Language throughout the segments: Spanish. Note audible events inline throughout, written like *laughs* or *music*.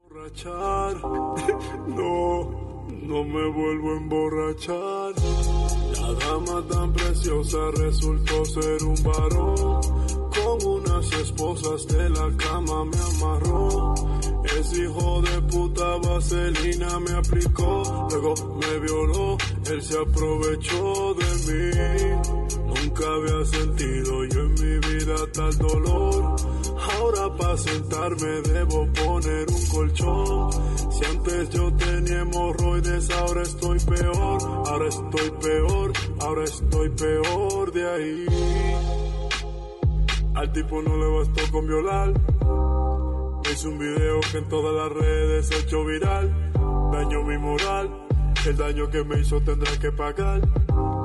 emborrachar. *laughs* No, no me vuelvo a emborrachar. La dama tan preciosa resultó ser un varón. Con unas esposas de la cama me amarró. Ese hijo de puta vaselina me aplicó. Luego me violó, él se aprovechó de mí. Nunca había sentido yo en mi vida tal dolor. Ahora para sentarme debo poner un colchón. Si antes yo tenía hemorroides, ahora estoy peor. Ahora estoy peor, ahora estoy peor de ahí. Al tipo no le bastó con violar. Me hizo un video que en todas las redes se hecho viral. Daño mi moral. El daño que me hizo tendré que pagar.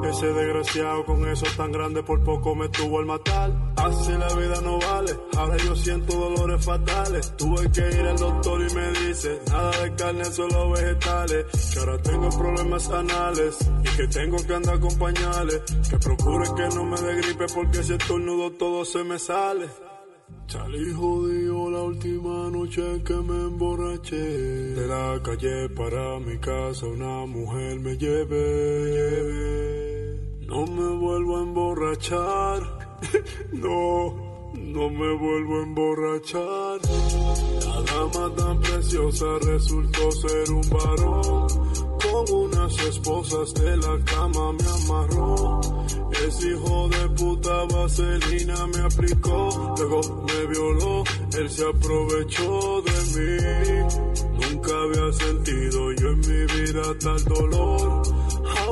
Ese desgraciado con eso tan grande por poco me tuvo al matar. Así la vida no vale, ahora yo siento dolores fatales. Tuve que ir al doctor y me dice, nada de carne, solo vegetales. Que ahora tengo problemas anales y que tengo que andar con pañales. Que procure que no me dé gripe porque si estornudo todo se me sale. Salí jodido la última noche que me emborraché. De la calle para mi casa una mujer me lleve. No me vuelvo a emborrachar. *laughs* No, no me vuelvo a emborrachar. La dama tan preciosa resultó ser un varón con unas esposas de la cama me amarró. Ese hijo de puta vaselina me aplicó, luego me violó, él se aprovechó de mí. Nunca había sentido yo en mi vida tal dolor.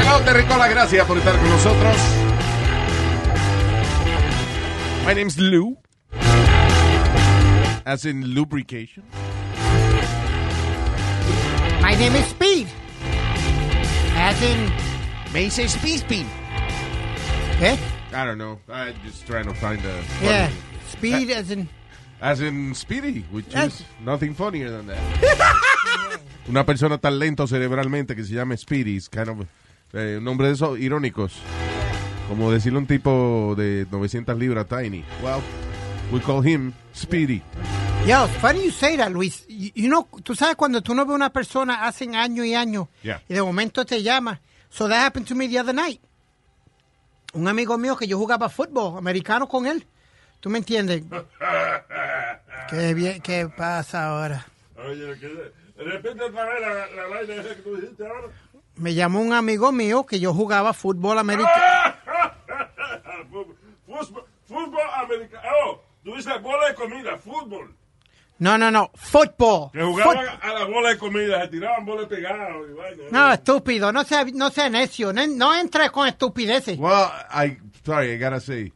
Hello, Terricola, gracias por estar con nosotros. My name's Lou. As in lubrication. My name is Speed. As in, me dice Speed Speed. ¿Qué? I don't know. I'm just trying to find a. funny- ¿Eh? Yeah. Speed as in, As in Speedy, which Yes. is nothing funnier than that. Una persona tan lento cerebralmente que se llama Speedy es kind of, eh, un nombre de esos irónicos. Como decirle a un tipo de 900 libras tiny. Well, we call him Speedy. yo, it's funny you say that, Luis. You, you know, tú sabes cuando tú no ves una persona hace años y años Yeah. y de momento te llama. So that happened to me the other night. Un amigo mío que yo jugaba fútbol americano con él. ¿Tú me *laughs* entiendes? ¿Qué, bien, ¿Qué pasa ahora? Oye, que- repite otra vez la, la vaina esa que tú dijiste ahora. *laughs* Me llamó un amigo mío que yo jugaba fútbol americano. *laughs* Fútbol, fútbol- fútbol americano. Oh, tú dices bola de comida, fútbol. No, no, no. Fútbol. Que jugaban Fut- a la bola de comida, se tiraban bolas pegadas y vaina. No, estúpido. No sea, no sea necio. No, en- no entre con estupideces. Well, I, sorry, I gotta say. uh,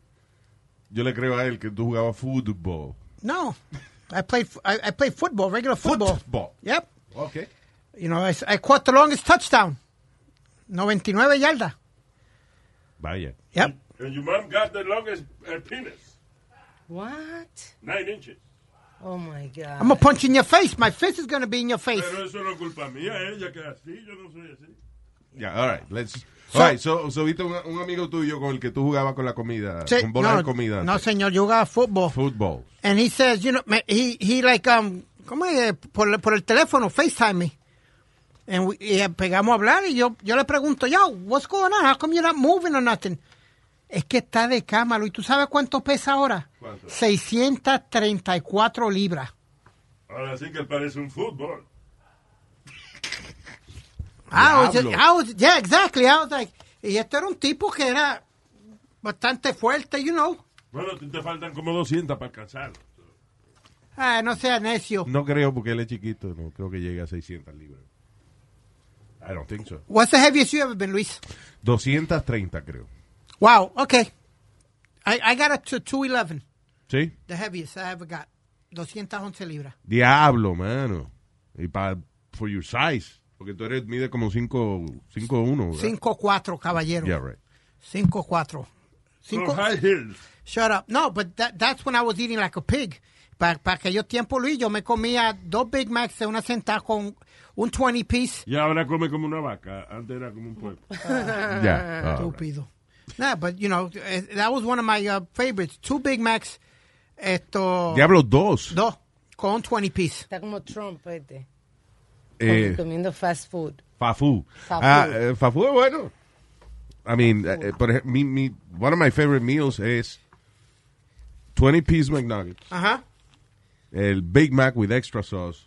Yo le creo a él que tú jugabas fútbol. No. I played, f- I, I played football, regular football. Football. Yep. Okay. You know, I, I caught the longest touchdown. 99 yardas. Vaya. Yep. And your mom got the longest uh, penis, What? nine inches. Oh my God. I'm going to punch you in your face. My fist is going to be in your face. Pero eso no es culpa mía, ella que así, yo no soy así. Yeah, all right. Let's. So- All right, so, so viste un, un amigo tuyo con el que tú jugabas con la comida, Sí, con bolas de comida. no, *laughs* señor. Yo jugaba fútbol. Fútbol. And he says, you know, ma- he he like um, ¿cómo es? Por, por el teléfono, FaceTime me. And we, y pegamos a hablar y yo, yo le pregunto, yo, what's going on? How come you're not moving or nothing? Es que está de cámara. ¿Y tú sabes cuánto pesa ahora? ¿Cuánto? 634 libras. Ahora sí que parece un fútbol. I was, Diablo. I was, yeah, exactly. I was like, y este era un tipo que era bastante fuerte, you know. Bueno, te, te faltan como 200 para alcanzarlo. Ah, no sea necio. No creo porque él es chiquito, no creo que llegue a 600 libras. I don't think so. What's the heaviest you ever been, Luis? 230 creo. Wow, okay. I, I got up to 211, ¿Sí? the heaviest I ever got. 211 libras. Diablo, mano. Y para for your size, porque tú eres mide como 5 5 1. 5'4", caballero. Yeah, right. 5'4". Los Cinco- high heels. Shut up. No, but that, that's when I was eating like a pig. Para pa aquellos tiempos, Luis, yo me comía dos Big Macs de una sentada con un 20 piece. Y ahora come como una vaca. Antes era como un puerco. Ah. Yeah. all right. Estúpido. Nah, but you know, eh, that was one of my uh, favorites. Two Big Macs, esto, Diablo 2. dos, con un 20 piece. Está como Trump, este. Eh, Comiendo fast food. Fafú. Fafú. Ah, eh, Fafú es bueno. I mean, eh, eh, por ejemplo, mi, mi- one of my favorite meals es 20 piece McNuggets, Ajá. el Big Mac with extra sauce,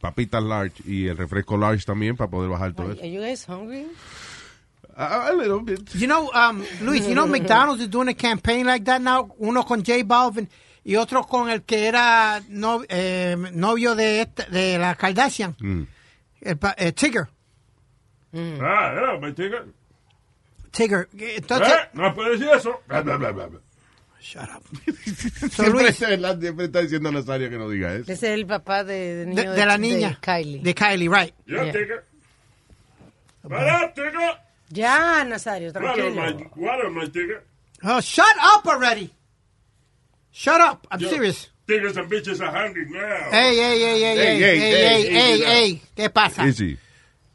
papitas large y el refresco large también para poder bajar todo Are, eso. are you guys hungry? A, a little bit. You know, um, Luis, you know McDonald's is doing a campaign like that now. Uno con J Balvin y otro con el que era no- eh, novio de, esta- de la Kardashian, el, pa- eh, Tigger. Ah, yeah, me tenga. Tigger. Entonces, ¿Eh? No puedes decir eso. Bla, bla, bla, bla, bla. Shut up. siempre, Luis- está, siempre está diciendo a Nazario que no diga eso. Ese es el papá de, del De, niño de la niña. de Kylie. De Kylie, right. Yo Yeah. tenga. Para, tenga. Ya, Nazario, Claro, tranquilo. my- claro, my tenga. Oh, shut up already. Shut up. I'm Yo- serious. Tengas and bitches are hungry now. Hey, hey, hey, hey, hey, Hey, hey, hey, hey, hey, hey, hey, hey. ¿Qué pasa? Easy.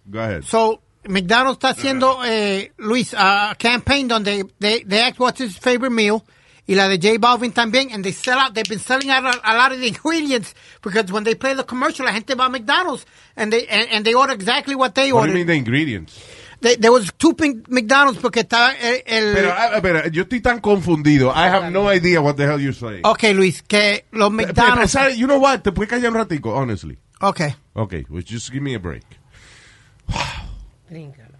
Go ahead. So, McDonald's está haciendo, eh, Luis, a campaign donde they, they ask what's his favorite meal. Y la de J Balvin también. And they sell out. They've been selling out a, a lot of the *laughs* ingredients because when they play the commercial, la gente va a McDonald's and they, and, and they order exactly what they What do you mean ordered. the ingredients? They- there was two pink McDonald's porque estaba el... el- Pero, ah, pero yo estoy tan confundido. I have no idea what the hell you're saying. Ok, Luis, que los Pe- pe- McDonald's. Nazario, you know what? Te puedes callar un ratico, honestly. Ok. Ok, well, just give me a break. *sighs* Bríncalo.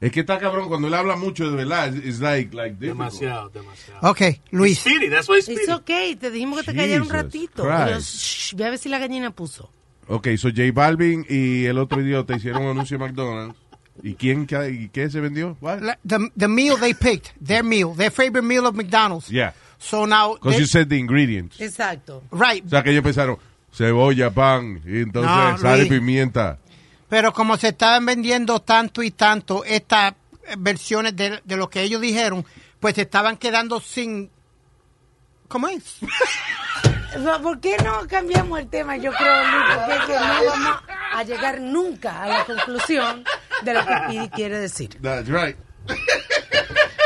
Es que está cabrón cuando él habla mucho de verdad. It's it's like, like difficult. Demasiado, demasiado. Ok, Luis. Speedy, that's why Speedy. It's okay, te dijimos que te callara un Jesus ratito. Christ. Pero, shh, ve a ver si la gallina puso. Ok, so J Balvin y el otro idiota hicieron un anuncio de McDonald's. ¿Y quién ca- y qué se vendió? What? la- The, the meal they picked, their meal, their favorite meal of McDonald's. Yeah, So now. because they- you said the ingredients. Exacto. right. O sea, que ellos pensaron cebolla, pan, y entonces No, sal y Luis. pimienta. Pero como se estaban vendiendo tanto y tanto estas eh, versiones de, de lo que ellos dijeron, pues se estaban quedando sin. ¿Cómo es? *laughs* No, ¿Por qué no cambiamos el tema? Yo creo, Luis, porque es que no vamos a llegar nunca a la conclusión de lo que Pidi quiere decir. That's right.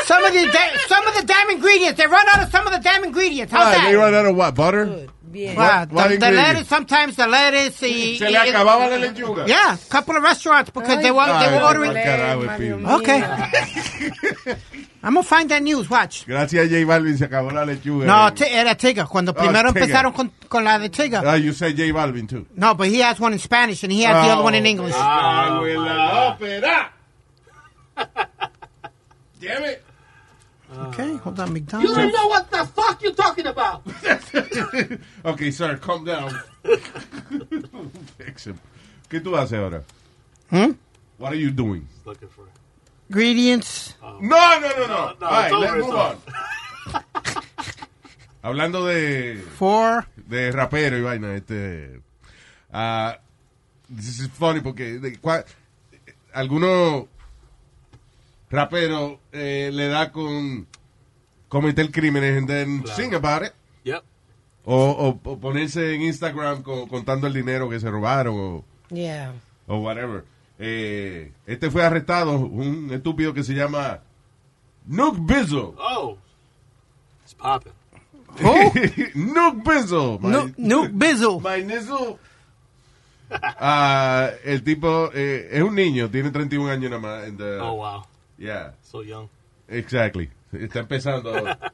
Some of, the da- some of the damn ingredients. They run out of some of the damn ingredients. How's Ah, they that? run out of what? Butter? Good, bien. Wow, What- what the, the ingredients? lettuce, sometimes the lettuce. y- Se le y- acababa la lechuga. Yeah, a couple of restaurants because they were, Ay, they were ay, ordering. Oh, ay. carajo, Pidi. Okay. *laughs* I'm gonna find that news. Watch. Gracias a J Balvin se acabó la lechuga. No, Ti- era Tigger. Cuando primero Tigger. empezaron con, con la de Tigger. Oh, Ah, you said J Balvin too. no, but he has one in Spanish and he has the other one in English. Oh. Ah, güey, la ópera. *laughs* Damn it. Okay, hold on, McDonald's. know what the fuck you're talking about. Okay, sir, calm down. *laughs* Fix him. ¿Qué tú haces ahora? Hmm? What are you doing? Looking for it. Ingredients. No, no, no, no. no, All right, it's over, let's it's move on. Hablando de, for de rapero y vaina, este. ah, this is funny porque de- cua- algunos raperos eh, le da con cometer crímenes and then sing about it. Yep. O, o- o ponerse en Instagram co- contando el dinero que se robaron o, Yeah. o whatever. Eh, este fue arrestado, un estúpido que se llama Nuke Bizzle. Oh. It's popping. *laughs* who? Nuke Bizzle. my- Nu- Nuke Bizzle. my nizzle. Ah, el tipo eh, es un niño, tiene 31 años nada más. and, uh, Oh, wow. Yeah, So young. exactly. Está empezando *laughs* ahora.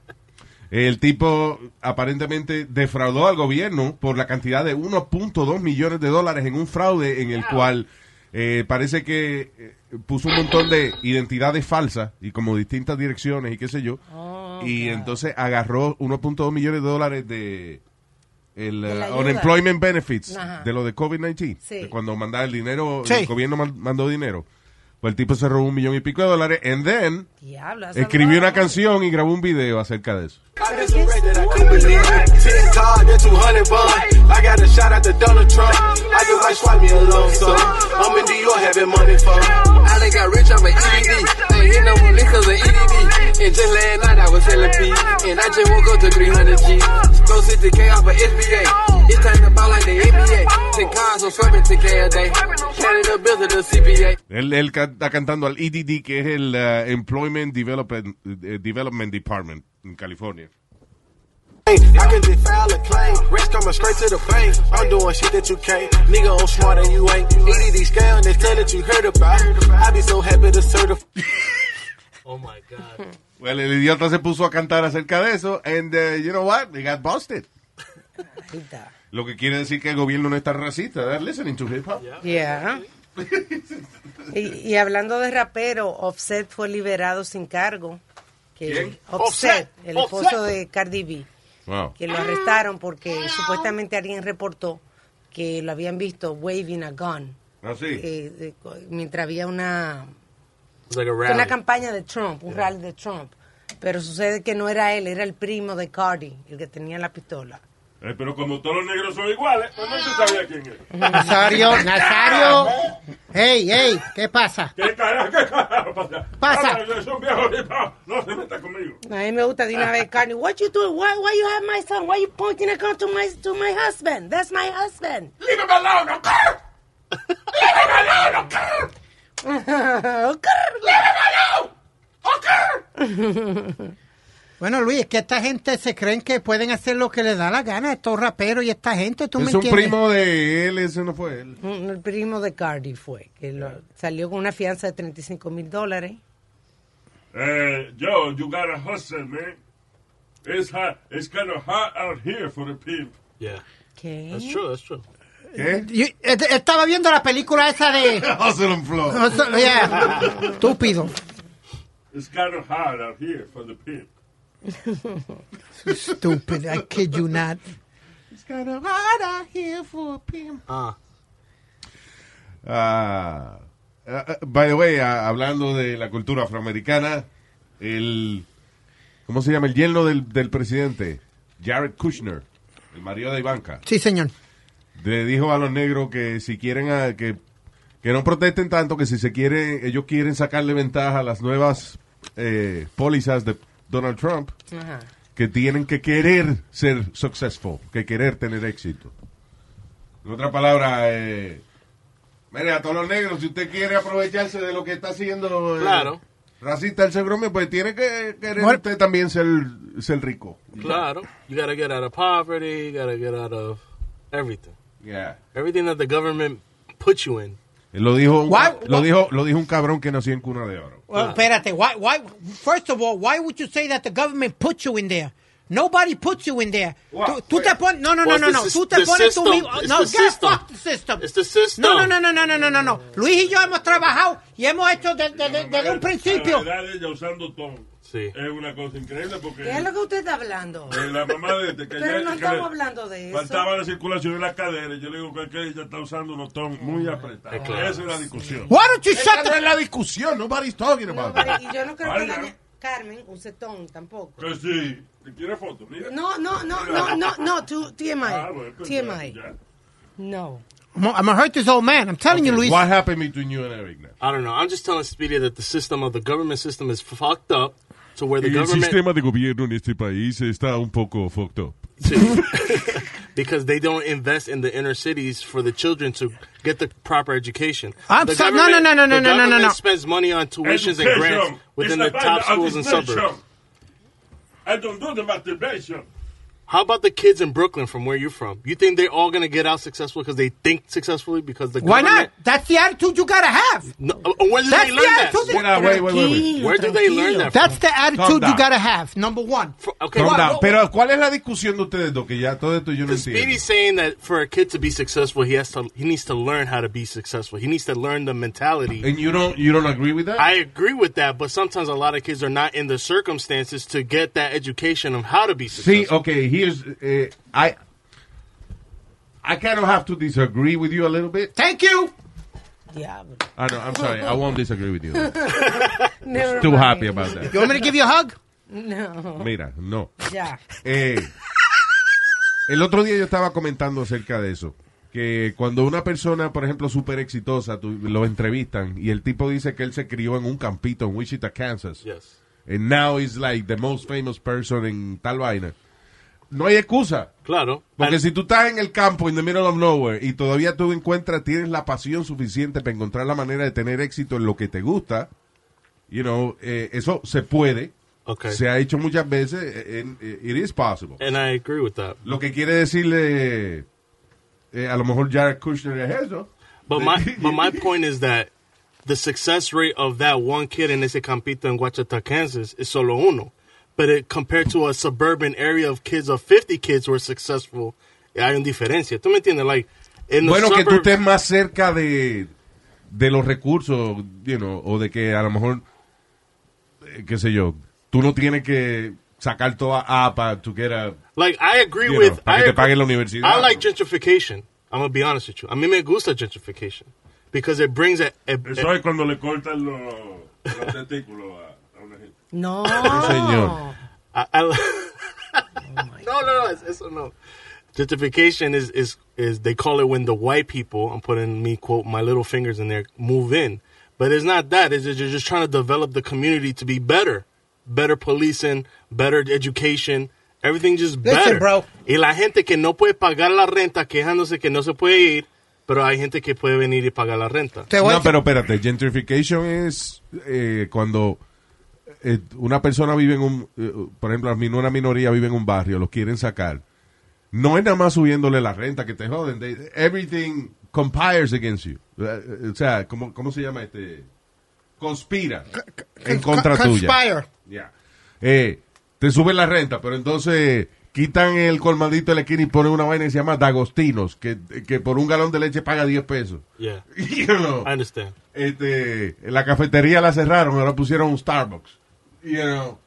El tipo aparentemente defraudó al gobierno por la cantidad de 1.2 millones de dólares en un fraude en el cual eh, parece que eh, puso un montón de identidades falsas y como distintas direcciones y qué sé yo. Oh, y entonces agarró 1.2 millones de dólares de el De la eh, ayuda. unemployment benefits Ajá. de lo de COVID-19. Sí. de Cuando mandaba el dinero, Sí. el gobierno man- mandó dinero. Pues el tipo se robó un millón y pico de dólares. And then Diablo, has escribió una salvado. canción y grabó un video acerca de eso. Pero qué estúpido. couldn't believe it. Ten card, then 200 bond. I got a shot at the Donald Trump. I just like swipe me alone, so I'm in New York having money for. I done got rich E off of EDD. Ain't hit no more liquors than EDD. E And just last night I was selling P. And I just woke up to 300 G. Throw 60K off of SBA. It's time to ball like the NBA. 10 cars, I'm swapping 10K a day. Counting the bills to the CPA. Él, él ca- está cantando al EDD, que es el eh, Employment Development, eh, Development Department en California. I can just file a claim. Rest coming straight to the bank. I'm doing shit that you can't. Nigga, I'm smarter than you ain't. EDD scale, and they tell that you heard about. I be so happy to certify. Oh my God. Well, el idiota se puso a cantar acerca de eso, and eh, you know what? He got busted. Ahí está. Lo que quiere decir que el gobierno no está racista. They're listening to hip hop. Yeah. y, y hablando de rapero, Offset fue liberado sin cargo. Que- ¿Quién? Offset, el esposo de Cardi B, Wow. que lo arrestaron porque supuestamente alguien reportó que lo habían visto waving a gun Ah, Así. eh, de- co- mientras había una It's like a fue una rally. campaña de Trump, un rally de Trump. Pero sucede que no era él, era el primo de Cardi, el que tenía la pistola. Eh, pero como todos los negros son iguales, pues no se sabía quién es. *laughs* Nazario, *laughs* Nazario. Hey, hey, ¿qué pasa? *laughs* ¿Qué carajo, qué carajo pasa? Pasa. Ahora, yo soy un viejo ripao. No se meta conmigo. A mí me gusta de una vez, Cardi. What you doing? Why, why you have my son? Why you pointing a gun to my, to my husband? That's my husband. Leave him alone, okay? Leave him alone, okay? Leave him alone, okay? *laughs* Bueno, Luis, es que esta gente se creen que pueden hacer lo que les da la gana a estos raperos y esta gente, ¿tú me Es un entiendes? primo de él, ese no fue él. Mm, El primo de Cardi fue, que lo- salió con una fianza de 35 mil dólares. Uh, yo, you gotta hustle, man. It's hot. It's kind of hot out here for the pimp. Yeah. ¿Qué? That's true. That's true. ¿Qué? Yo- eh, estaba viendo la película esa de... *laughs* Hustle and flow. Yeah. Estúpido. It's kind of hot out here for the pimp. Stupid, I kid you not. Uh, Ah, ah, ah, by the way, ah, hablando de la cultura afroamericana, el. ¿Cómo se llama? El yerno del, del presidente, Jared Kushner, el marido de Ivanka, Sí, señor. le dijo a los negros que si quieren a- que, que no protesten tanto, que si se quiere, ellos quieren sacarle ventaja a las nuevas eh, pólizas de Donald Trump, Ajá. que tienen que querer ser successful, que querer tener éxito. En otra palabra, eh, mire, a todos los negros, si usted quiere aprovecharse de lo que está haciendo eh, Claro. racista el segromio, pues tiene que querer Bueno. usted también ser, ser rico. claro. You gotta get out of poverty. You gotta get out of everything. Yeah. Everything that the government puts you in. Él Lo dijo, un- What? lo dijo, lo dijo un cabrón que nació en cuna de oro. Well, espérate, why, why, first of all, why would you say that the government put you in there? Nobody puts you in there. Wow, Tú, tú te wait. pones, no, no, no, Well, no, it's no. the Tú sys- te the pones tú system. mismo. It's No, the get system. fuck the system. It's the system. No, no, no, no, no, no, no, no, no. Luis y yo hemos trabajado y hemos hecho desde de, de- desde un principio. La verdad, ella usando todo. Sí. Es una cosa increíble porque. ¿Qué es lo que usted está hablando? eh, la mamá de, de que Pero ya- no que estamos le- hablando de eso. Faltaba la circulación en la cadera. y Yo le digo que, que ella está usando un notón muy apretado. claro. Esa es la discusión. Why don't you shut no the... es la discusión, nobody's talking No, about pero- y yo no creo que Vaya. doña Carmen use ton tampoco. Que sí. ¿Te quiere foto? Mira. No, no, no, no, no, no, tú, Ah, bueno, TMI. pues, TMI. ya. No. I'm gonna hurt this old man. I'm telling you, Luis. What happened between you and Eric now? I don't know. I'm just telling Speedy that the system of the government system is fucked up to where the El government sistema de gobierno en este país está un poco fucked up. too. because they don't invest in the inner cities for the children to get the proper education. I'm the so- no, no, no, no, no, no, the no, no, government no. spends money on tuitions and grants Education within is the top about schools and education. suburbs. I don't do the masturbation. How about the kids in Brooklyn from where you're from? You think they're all gonna get out successful because they think successfully because the Why not? government- That's the attitude you gotta have. No, uh, where did That's they learn the that? attitude. Wait, uh, wait, wait, wait, wait. Where did they learn that? That's the attitude you down. gotta have. Number one. from? Okay, Calm what- down. what- Pero, ¿cuál es la discusión de ustedes dos? Que ya todo esto yo no entiendo. Speedy's saying that for a kid to be successful, he has to he needs to learn how to be successful. He needs to learn the mentality. And you don't, you don't agree with that? I agree with that, but sometimes a lot of kids are not in the circumstances to get that education of how to be See, successful. okay, here's uh, I I kind of have to disagree with you a little bit. Thank *laughs* you. Diablo. I know, I'm sorry, I won't disagree with you. Never Too mind. happy about that. You want me to give you a hug? *laughs* No. Mira, no. Ya. Eh, el otro día yo estaba comentando acerca de eso. Que cuando una persona, por ejemplo, súper exitosa, tú- lo entrevistan y el tipo dice que él se crió en un campito en Wichita, Kansas. Yes. And now he's like the most famous person en tal vaina. No hay excusa. Claro. Porque And- si tú estás en el campo, in the middle of nowhere, y todavía tú encuentras, tienes la pasión suficiente para encontrar la manera de tener éxito en lo que te gusta, you know, eh, eso se puede. Okay. Se ha hecho muchas veces. eh, en- eh, it is possible. and I agree with that. Lo que quiere decirle, eh, a lo mejor Jared Kushner es eso. But my *laughs* but my point is that the success rate of that one kid in ese campito in Ouachita, Kansas is solo uno. But it, compared to a suburban area of kids of 50 kids who are successful, hay un diferencia. ¿Tú me entiendes? Like, in the Bueno, que tú suburb- estés más cerca de, de los recursos, you know, o de que a lo mejor, eh, qué sé yo, tú no tienes que sacar toda A para tu get a- Like I agree You know, with. para I que te agree- paguen la universidad. I like gentrification. I'm gonna be honest with you. I mean, me gusta gentrification because it brings a. a- Eso es cuando le cortan los, *laughs* los testículos a, a una gente. No. señor. I- I- *laughs* no, no, no, it's, it's no. Gentrification is is is they call it when the white people. I'm putting me quote my little fingers in there. Move in, but it's not that. It's just, you're just trying to develop the community to be better, better policing, better education. Everything just Listen, better. bro. Y la gente que no puede pagar la renta quejándose que no se puede ir, pero hay gente que puede venir y pagar la renta. Te voy No, a- pero espérate, gentrification es eh, cuando eh, una persona vive en un, eh, por ejemplo, a mí una minoría vive en un barrio, los quieren sacar. No es nada más subiéndole la renta que te joden. they- everything conspires against you. Eh, eh, O sea, ¿cómo, cómo se llama este? Conspira en contra Con- tuya. conspire. Ya. Eh, te suben la renta, pero entonces quitan el colmadito de la esquina y ponen una vaina que se llama Dagostinos, que, que por un galón de leche paga 10 pesos. Yeah, You know. I understand. Este, la cafetería la cerraron, ahora pusieron un Starbucks. You know,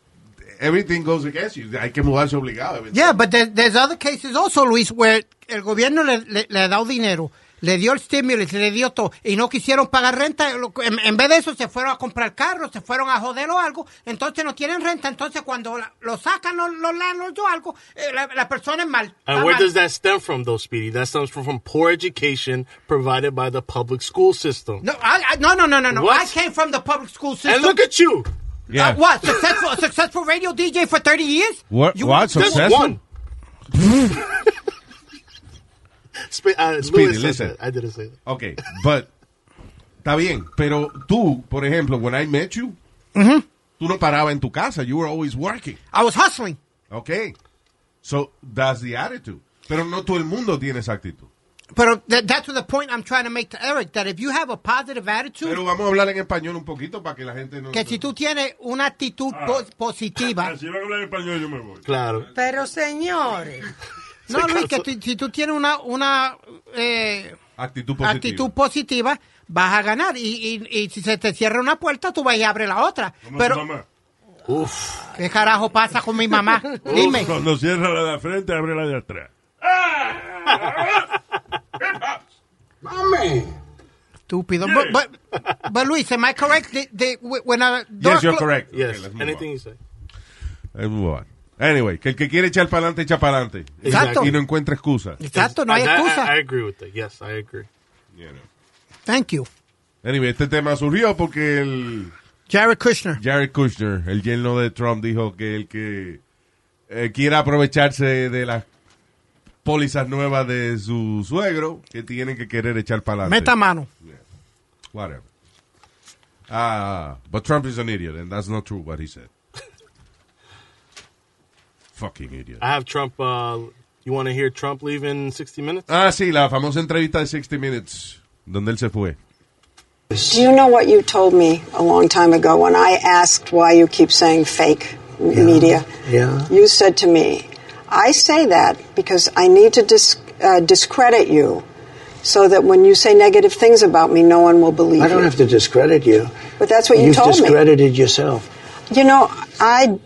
everything goes against you. Hay que mudarse obligado. Yeah, but there, there's other cases also, Luis, where el gobierno le, le, le ha dado dinero, le dio el stimulus, le dio todo, y no quisieron pagar renta. lo- En, en vez de eso, se fueron a comprar carros, se fueron a joder o algo, entonces no tienen renta. Entonces, cuando la- lo sacan los, los landlords o algo, eh, la, la persona es mal. And va where mal. does that stem from, though, Speedy? That stems from, from poor education provided by the public school system. No, I, I, no, no, no, no, no. What? I came from the public school system. and look at you. Uh, what? Successful, successful radio DJ for 30 years? What- You- what? That's Successful? one. Spe- uh, Speedy, Lewis said listen. that. I didn't say that. Ok, but, está bien, pero tú, por ejemplo, when I met you, tú no parabas en tu casa, you were always working. I was hustling. Ok, so that's the attitude. Pero no todo el mundo tiene esa actitud. But that, that's the point I'm trying to make to Eric, that if you have a positive attitude, Pero vamos a hablar en español un poquito para que la gente no... Ah. que si tú tienes una actitud po- *laughs* positiva, Así van a hablar español, yo me voy. Claro. Pero señores, no Luis, que tú- si tú tienes una, una eh, Actitud positiva. actitud positiva, vas a ganar. Y, y- y si se te cierra una puerta, tú vas y abres la otra. Como tu Pero, mamá. Oof. ¿qué carajo pasa con mi *laughs* mamá? Dime. Cuando cierra la de la frente, abre la de atrás. Estúpido. But, but- but, Luis, am I correct? The- the- when a door Yes, you're clo- correct. Yes. Okay, let's move Anything on. you say. Let's move on. Anyway, que el que quiere echar para adelante, echa para adelante. Exacto. Y no encuentra excusa. Exacto, no hay And I- excusa. I, I agree with that. Yes, I agree. Thank you. Anyway, este tema surgió porque el Jared Kushner. Jared Kushner, el yerno de Trump, dijo que el que eh, quiera aprovecharse de las pólizas nuevas de su suegro, que tienen que querer echar para adelante. Meta mano. Whatever. Ah, but Trump is an idiot, and that's not true what he said. *laughs* Fucking idiot. I have Trump. Uh, you want to hear Trump leave in 60 minutes? Ah, sí, la famosa entrevista de 60 Minutes, donde él se fue. Do you know what you told me a long time ago when I asked why you keep saying fake m- media? Yeah. You said to me, I say that because I need to dis- uh, discredit you so that when you say negative things about me, no one will believe I don't you. have to discredit you. But that's what you You've told me. discredited yourself. You know, I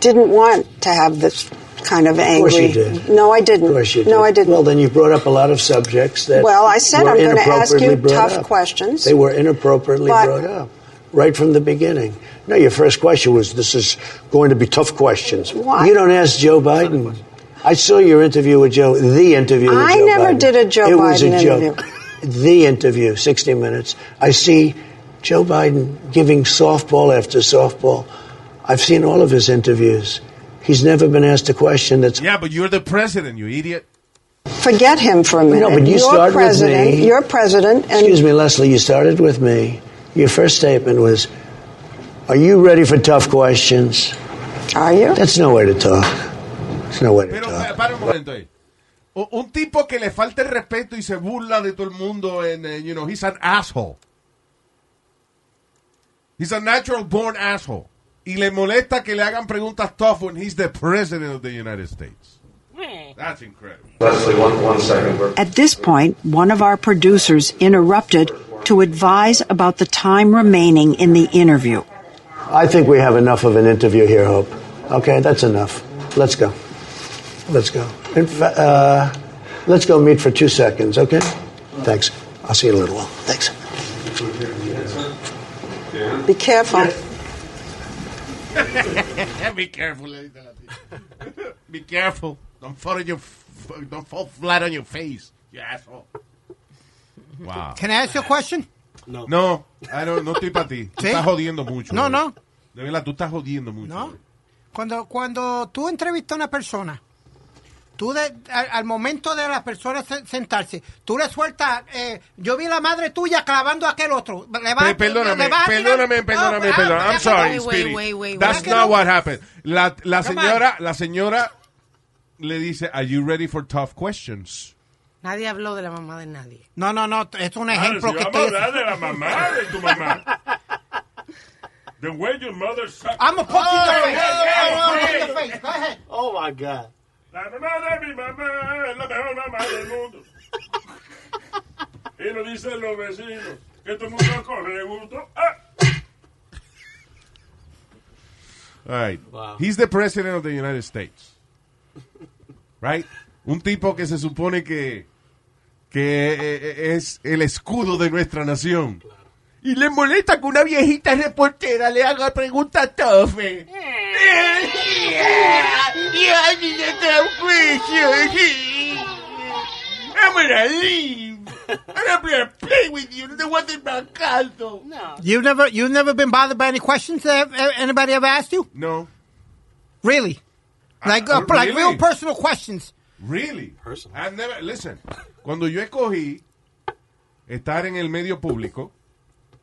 didn't want to have this kind of Of angry. course you did. No, I didn't. Of course you did. No, I didn't. Well, then you brought up a lot of subjects that Well, I said were I'm gonna ask you inappropriately brought tough up. questions. They were inappropriately But- brought up right from the beginning. No, your first question was, "This is going to be tough questions." Why? You don't ask Joe Biden. I saw your interview with Joe, the interview with I Joe never Biden. did a Joe it was a Biden joke. interview. *laughs* The interview, 60 Minutes. I see Joe Biden giving softball after softball. I've seen all of his interviews. He's never been asked a question that's Yeah, but you're the president, you idiot. Forget him for a minute. but you You're started with president. me. You're president, and Excuse me, Leslie, you started with me. Your first statement was, Are you ready for tough questions? are you? That's no way to talk. It's no way to Pero talk. pa- para un momento ahí. U- Un tipo que le falta el respeto y se burla de todo el mundo, and, eh, you know, he's an asshole. He's a natural born asshole. Y le molesta que le hagan preguntas tough when he's the president of the United States. That's incredible. Leslie, one, one second. We're- At this point, one of our producers interrupted to advise about the time remaining in the interview. I think we have enough of an interview here, Hope. Okay, that's enough. Let's go. Let's go. In fa- uh, let's go meet for two seconds, okay? Thanks. I'll see you in a little while. Thanks. Be careful. *laughs* Be careful, le dice la tía. Be careful. Don't fall, on your f- don't fall flat on your face, you asshole. Wow. Can I ask you a question? No, I don't- no estoy para ti. Tú *laughs* ¿Sí? estás jodiendo mucho. No, güey. no. De verdad, tú estás jodiendo mucho. eh. ¿no? güey. Cuando, cuando tú entrevistas a una persona, tú de- al, al momento de la persona se- sentarse, tú le sueltas, eh, yo vi la madre tuya clavando a aquel otro. Le vas- Pe- perdóname, le vas a tirar- perdóname, perdóname, No, perdóname. ah, I'm sorry, wait, wait, Speedy. wait, wait, That's wait. not what happened. La, la Come señora, la señora le dice, "Are you ready for tough questions?" Nadie habló de la mamá de nadie. No, no, no, es un ejemplo Honestly, que I'm estoy... not *laughs* de la mamá de tu mamá. The way your mother sucked. I'm a poke you in the face. I'm a poke you in Oh, hey. the face. Go ahead. Oh, my God. La mamá de mi mamá es la mejor mamá del mundo. y lo dicen los vecinos. Que todo el mundo corre gusto. Ah, All right. He's the president of the United States. Right? Un tipo que se supone que, que eh, eh, es el escudo de nuestra nación. Y le molesta que una viejita reportera le haga preguntas tofe. I'm gonna leave. I'm not gonna play with you. No was in my castle. You've never, you've never been bothered by any questions that eh, anybody ever asked you? No. Really? Like, uh, uh, like really? real personal questions. Really? Personal. I've never, listen, cuando yo escogí estar en el medio público,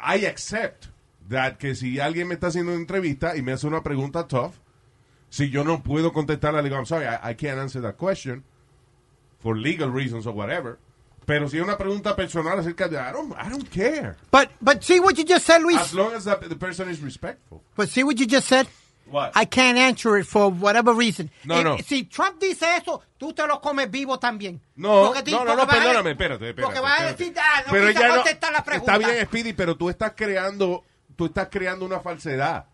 I accept that que si alguien me está haciendo una entrevista y me hace una pregunta tough, si yo no puedo contestarla, le digo, I'm sorry, I, I can't answer that question for legal reasons or whatever. Pero si es una pregunta personal acerca de, I don't, I don't care. But, but see what you just said, Luis? As long as the, the person is respectful. But see what you just said? What? I can't answer it for whatever reason. No, Eh, no. Si Trump dice eso, tú te lo comes vivo también. No, Porque ti- no, no, porque no, vas a- perdóname, espérate, espérate. Porque vas a espérate. decir, ah, no Pero quise ella no- contestar la pregunta. Está bien, Speedy, pero tú estás creando, tú estás creando una falsedad.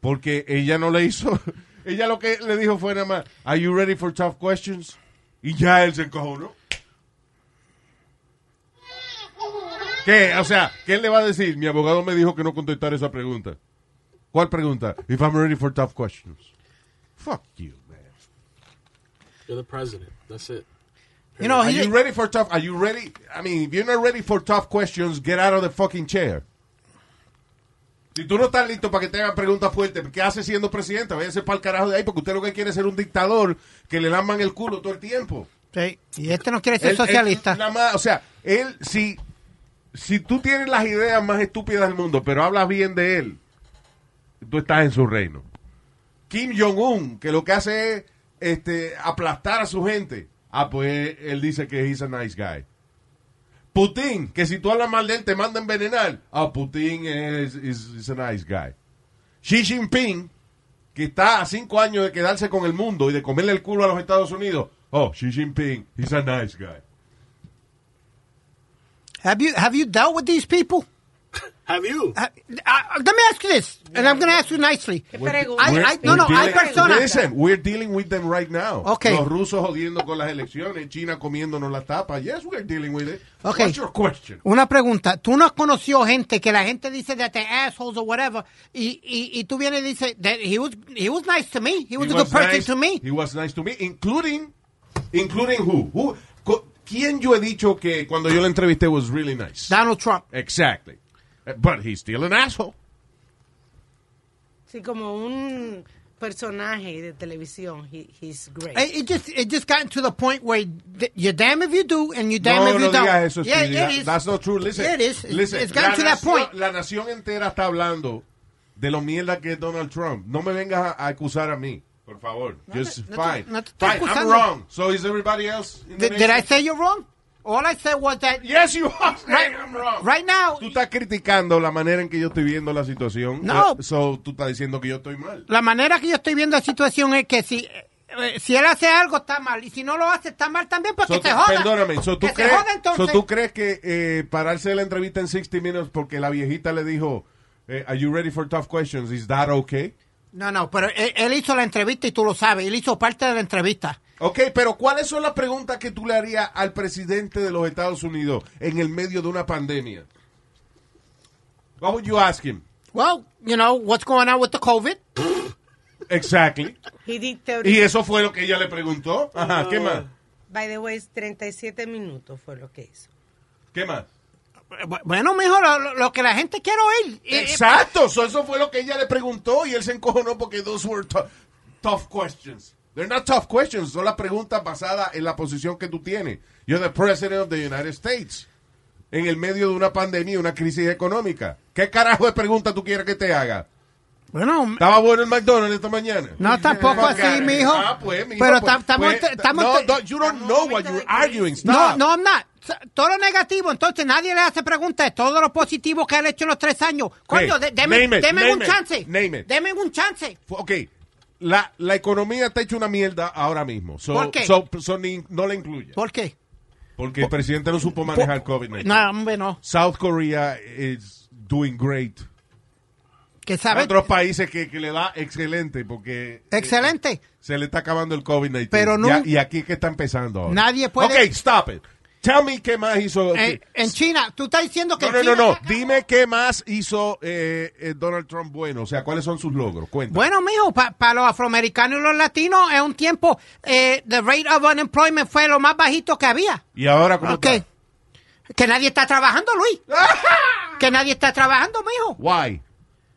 Porque ella no le hizo, *laughs* ella lo que le dijo fue nada más, are you ready for tough questions? Y ya él se encojonó. ¿Qué? O sea, ¿qué él le va a decir? Mi abogado me dijo que no contestar esa pregunta. ¿Cuál pregunta? If I'm ready for tough questions. Fuck you, man. You're the president. That's it. You know, are he- you ready for tough? Are you ready? I mean, if you're not ready for tough questions, get out of the fucking chair. Si tú no estás listo para que te hagan preguntas fuertes, ¿qué hace siendo presidente? Váyase para el carajo de ahí, porque usted lo que quiere es ser un dictador que le laman el culo todo el tiempo. Sí, y este no quiere ser Él- socialista. él nada más, o sea, él, si, si tú tienes las ideas más estúpidas del mundo, pero hablas bien de él, tú estás en su reino. Kim Jong-un, que lo que hace es este, aplastar a su gente. Ah, pues él dice que he's a nice guy. Putin, que si tú hablas mal de él te manda a envenenar. Ah, Putin es is, is a nice guy. Xi Jinping, que está a cinco años de quedarse con el mundo y de comerle el culo a los Estados Unidos. Oh, Xi Jinping, he's a nice guy. Have you have you dealt with these people? Have you? Uh, uh, let me ask you this, and I'm going to ask you nicely. We're- I, I, no, we're no, hay dealing- personas. Listen, we're dealing with them right now. Okay. Los rusos jodiendo con las elecciones, China comiéndonos las tapas. Yes, we're dealing with it. Okay. What's your question? Una pregunta. ¿Tú no has conocido gente que la gente dice that they're assholes or whatever, y, y, y tú vienes y dices that he was, he was nice to me, he was He a good was person nice- to me? He was nice to me, including, including who? Who- co- ¿Quién yo he dicho que cuando yo lo entrevisté was really nice? Donald Trump. Exactly. Eh, But he's still an asshole. Sí, como un personaje de televisión. He- he's great. It, it just it just gotten to the point where th- you're damn if you do and you're damn no, if you no don't. digas eso, yeah, Speedy. it That- is. That's not true. Listen, Yeah, it is. It's- listen, it's gotten la to that nación- point. La nación entera está hablando de lo mierda que es Donald Trump. No me vengas a, a acusar a mí, por favor. Just no te- fine. no te estoy fine, I'm acusando. wrong. So is everybody else in the Did, did I nation? say you're wrong? All I said was that. Yes, you *laughs* are saying Right- I'm wrong. Right now, Tú estás criticando la manera en que yo estoy viendo la situación. No. Eh, So tú estás diciendo que yo estoy mal. la manera que yo estoy viendo la situación es que si, eh, si él hace algo está mal y si no lo hace está mal también porque So, Pues se tú- joda. Perdóname. So, tú que crees, se joda entonces. so, ¿tú crees que eh, pararse la entrevista en 60 Minutes porque la viejita le dijo, eh, Are you ready for tough questions? Is that okay? No, no, pero él, él hizo la entrevista y tú lo sabes. Él hizo parte de la entrevista. Ok, pero ¿cuáles son las preguntas que tú le harías al presidente de los Estados Unidos en el medio de una pandemia? What would you ask him? Well, you know, what's going on with the COVID? Exactly. He did thirty- Y eso fue lo que ella le preguntó. Ajá, ¿qué más? Oh. By the way, 37 minutos fue lo que hizo. ¿Qué más? Bu- Bueno, mijo, lo, lo- lo que la gente quiere oír. Eh, eh, Exacto, so eso fue lo que ella le preguntó y él se encojonó porque those were tou- tough questions. They're not tough questions, son las preguntas basadas en la posición que tú tienes. You're the president of the United States. En el medio de una pandemia, una crisis económica. ¿Qué carajo de pregunta tú quieres que te haga? Bueno, ¿Estaba bueno el McDonald's esta mañana? no tampoco así, mijo. Ah, pues, mijo, pero pues, tam- estamos... pues, estamos- no, no, you don't know what you're arguing. No, Stop. no, I'm not. S- Todo lo negativo, entonces nadie le hace preguntas de todo lo positivo que han hecho en los tres años. Coño, Hey, de- deme, name it, deme name un it, chance. name it. Deme un chance. Ok, la, la economía está hecha una mierda ahora mismo. So, ¿Por qué? so- so ni- no la incluye. ¿Por qué? Porque el presidente no supo manejar COVID-19. No, hombre, no. South Korea is doing great. Que sabe. Otros países que, que le da excelente porque eh, Excelente. se le está acabando el COVID-19. Pero no- Ya- y aquí es que está empezando ahora. Nadie puede- Ok, stop it. Tell me qué más hizo... Eh, en China, tú estás diciendo que No, no, China no, no. saca- Dime qué más hizo eh, eh, Donald Trump bueno. O sea, ¿cuáles son sus logros? Cuenta. Bueno, mijo, para los afroamericanos y los latinos en un tiempo, eh, the rate of unemployment fue lo más bajito que había. ¿Y ahora cómo Ok. está? Que nadie está trabajando, *laughs* Luis. que nadie está trabajando, mijo. Why?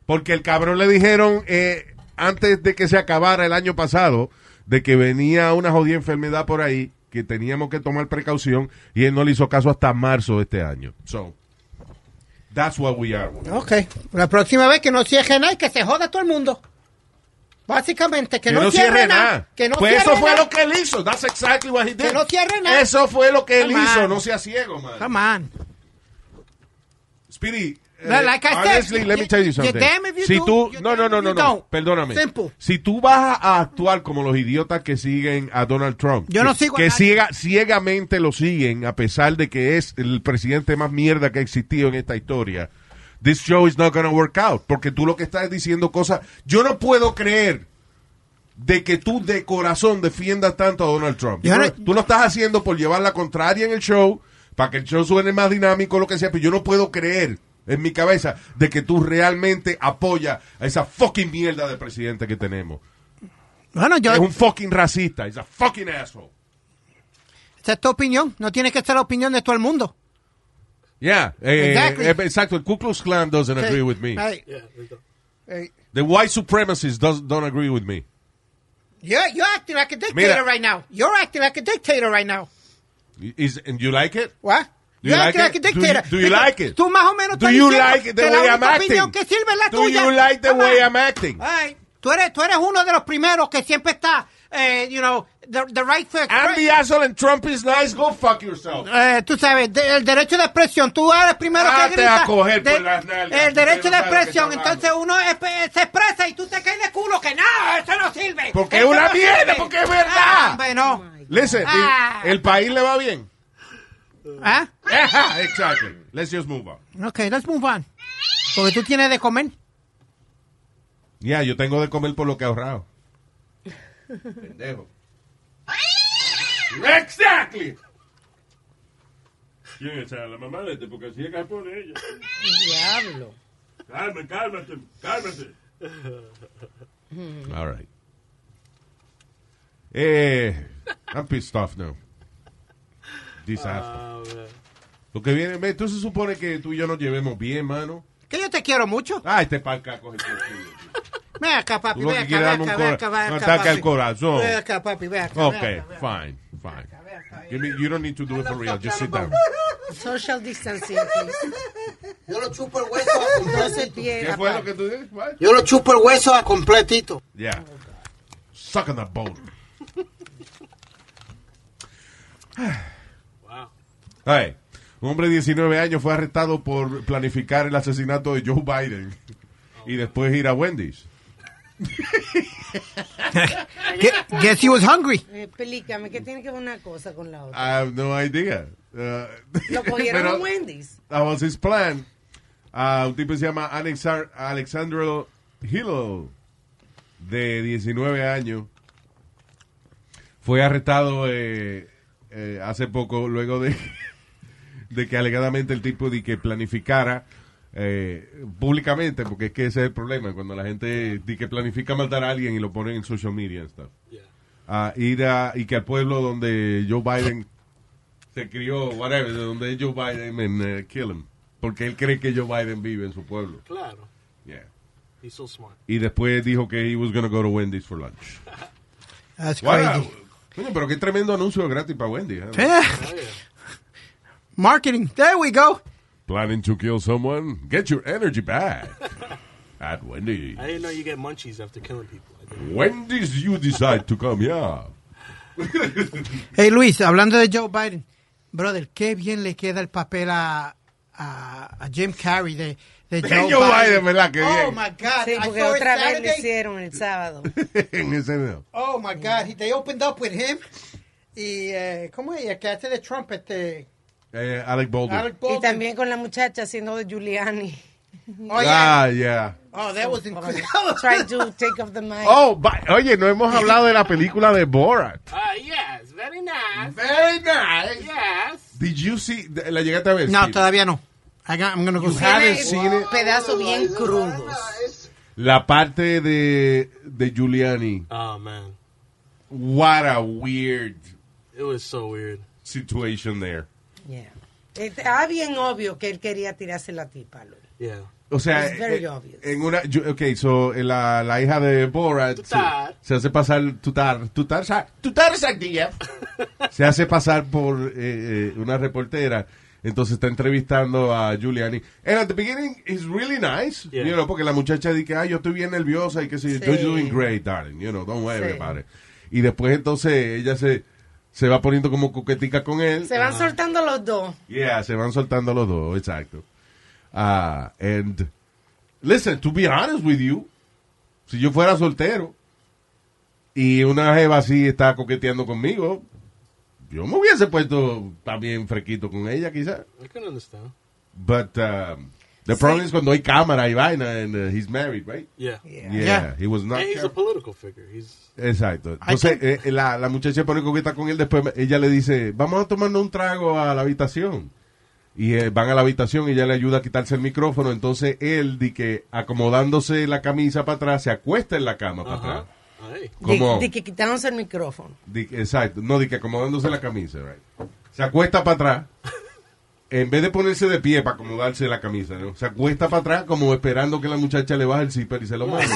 Porque el cabrón le dijeron eh, antes de que se acabara el año pasado de que venía una jodida enfermedad por ahí que teníamos que tomar precaución y él no le hizo caso hasta marzo de este año. So, that's what we are. Ok. La próxima vez que no cierre nada, que se joda todo el mundo. Básicamente, que, Que no, no cierre cierre nada. nada. Que no Pues cierre eso fue nada. lo que él hizo. That's exactly what he did. Que no cierre nada. Eso fue lo que él Come hizo. on. No sea ciego, man. Come on. Speedy. No, like I said, eh, honestly, let me tell you you're something. damn if you si do, tú, you're no, no, damn no, if no, you no, don't. perdóname. Simple. Si tú vas a actuar como los idiotas que siguen a Donald Trump, Yo no sigo a que nadie. ciega- ciegamente lo siguen a pesar de que es el presidente más mierda que ha existido en esta historia. This show is not gonna work out porque tú lo que estás diciendo cosas. Yo no puedo creer de que tú de corazón defiendas tanto a Donald Trump. Tú no, tú lo estás haciendo por llevar la contraria en el show, para que el show suene más dinámico, lo que sea, pero yo no puedo creer en mi cabeza de que tú realmente apoyas a esa fucking mierda de presidente que tenemos. Bueno, yo. Es un fucking racista, es a fucking asshole. Esa es tu opinión. No tiene que ser la opinión de todo el mundo. Yeah, eh, Exactly. eh, exacto. El Ku Klux Klan doesn't Sí. agree with me. Hey. Hey. The white supremacists does- don't agree with me. You're, you're acting like a dictator Mira. right now. You're acting like a dictator right now. Is, and you like it? What? Do you You're like acting like a it? Do dictator. you- do you Because like it? Tú más o menos Do estás you diciendo like the que la way I'm única opinión acting? que sirve es la Do tuya. you like the Come way on. I'm acting? Ay, tú, eres, tú eres uno de los primeros que siempre está, eh, you know, the, the right first. I'm the asshole and Trump is nice. Go *laughs* fuck yourself. Eh, tú sabes, de- el derecho de expresión, tú eres el primero Ah, que te grita. va a coger por De- las nalgas, el derecho de usted no sabe lo que expresión, está hablando. entonces uno espe- se expresa y tú te caes de culo que no, eso no sirve. Porque es Eso una no mierda, sirve. porque es verdad. Ah, hombre, no. Listen, Ah. el, el país le va bien. *laughs* ¿Ah? Ajá, exactly. Let's just move on. Ok, let's move on. Porque tú tienes de comer. Ya, yo tengo de comer por lo que he ahorrado. Pendejo. Exactly. ¿Quién es esa? La mamá de este, porque así es que por ella. Diablo. Cálmate, cálmate, cálmate. All right. Eh, I'm pissed off now. Ah. Disaster. Uh, Lo que viene, ve, tú se supone que tú y yo nos llevemos bien, mano. Que yo te quiero mucho. Ah, este palca coge el culo. Ven acá, papi, Tú lo ven que acá, quieres ven darme un acá, ven acá, cora- ven un acá, ataque papi. al corazón. Ven acá, papi, ven acá. ven Okay, acá. fine, fine. Give me, you don't need to do it for real. Just sit down. Social distancing, please. Yo lo chupo el hueso a No se completito. pierda. ¿Qué fue lo que tú dices? Yo lo chupo el hueso a completito. Yeah. Suck on the boat. Ay, un hombre de 19 años fue arrestado por planificar el asesinato de Joe Biden y después ir a Wendy's. Gue- *laughs* Guess he was hungry. Eh, Explícame, ¿qué tiene que ver una cosa con la otra? I have Ah, no idea. *laughs* Uh, Lo cogieron pero en Wendy's. That was his plan. Ah, un tipo se llama Alexar Alexandro Hilo, de 19 años. Fue arrestado eh, eh, hace poco luego de, *laughs* de que alegadamente el tipo de que planificara eh, públicamente, porque es que ese es el problema, cuando la gente di que planifica matar a alguien y lo ponen en social media and stuff. Ah, ir a, y que al pueblo donde Joe Biden se crió, whatever, de donde es Joe Biden, and eh, kill him. Porque él cree que Joe Biden vive en su pueblo. Claro. Yeah. He's so smart. Y después dijo que he was going to go to Wendy's for lunch. That's Guarda, crazy. coño, pero qué tremendo anuncio gratis para Wendy's. ¿eh? Yeah. Marketing. There we go. Planning to kill someone? Get your *laughs* energy back at Wendy's. I didn't know you get munchies after killing *laughs* people. When did you decide to come here? Hey, Luis, hablando de Joe Biden. Brother, qué bien le queda el papel a, a, a Jim Carrey de, *laughs* de De Joe, Joe Biden. Biden, ¿verdad? Qué oh, bien. my God. Sí, I porque saw it otra vez lo Saturday. hicieron el sábado. *laughs* En ese no. Oh my God, he- they opened up with him. Y, eh, ¿cómo es? El que hace de Trump, este. Eh, Alec Baldwin. Alec Y Baldwin. también con la muchacha haciendo de Giuliani. Oh, yeah. Ah, yeah. Oh, that was incredible. *laughs* Try to take off the mic. Oh, ba- oye, no hemos hablado de la película de Borat. Ah, yes, very nice. Very nice. Yes. Did you see? ¿La llegaste a ver? No, Steve? todavía no. I got- I'm gonna go You see haven't it. seen it? Pedazo bien crudos. La parte de, de Giuliani. Oh, man. What a weird It was so weird. situation there. Yeah. Estaba Este, ah, bien obvio que él quería tirarse la tipa, Luis. Yeah. O sea, It's very eh, obvious. en una, yo- ok, so eh, la, la hija de Borat se, Tutar. se hace pasar tutar, tutar, sa- Tutar Zagdiev. se hace pasar por eh, eh, una reportera Entonces está entrevistando a Giuliani. And at the beginning, it's really nice. You know, porque la muchacha dice, ah, yo estoy bien nerviosa y que sé yo. You're doing great, darling. You know, don't worry Sí. about it. Y después entonces ella se, se va poniendo como coquetica con él. Se Ah. van soltando los dos. Yeah, se van soltando los dos, exacto. Ah, and listen, to be honest with you, si yo fuera soltero y una jeva así está coqueteando conmigo, yo me hubiese puesto también frequito con ella, quizás. I can understand. But um, the problem is cuando hay cámara y vaina, and uh, he's married, right? Yeah. Yeah, Yeah. he was not And he's a careful. political figure. He's Exacto. Entonces, eh, la, la muchacha pone coqueta con él, después ella le dice, vamos a tomarnos un trago a la habitación. Y eh, van a la habitación y ella le ayuda a quitarse el micrófono. Entonces él, di que acomodándose la camisa para atrás, se acuesta en la cama para atrás. De, Como, de que quitaronse el micrófono. di que- exacto, no, di que acomodándose la camisa, right. Se acuesta para atrás. En vez de ponerse de pie para acomodarse la camisa, ¿no? se acuesta para atrás como esperando que la muchacha le baje el zipper y se *laughs* lo mande.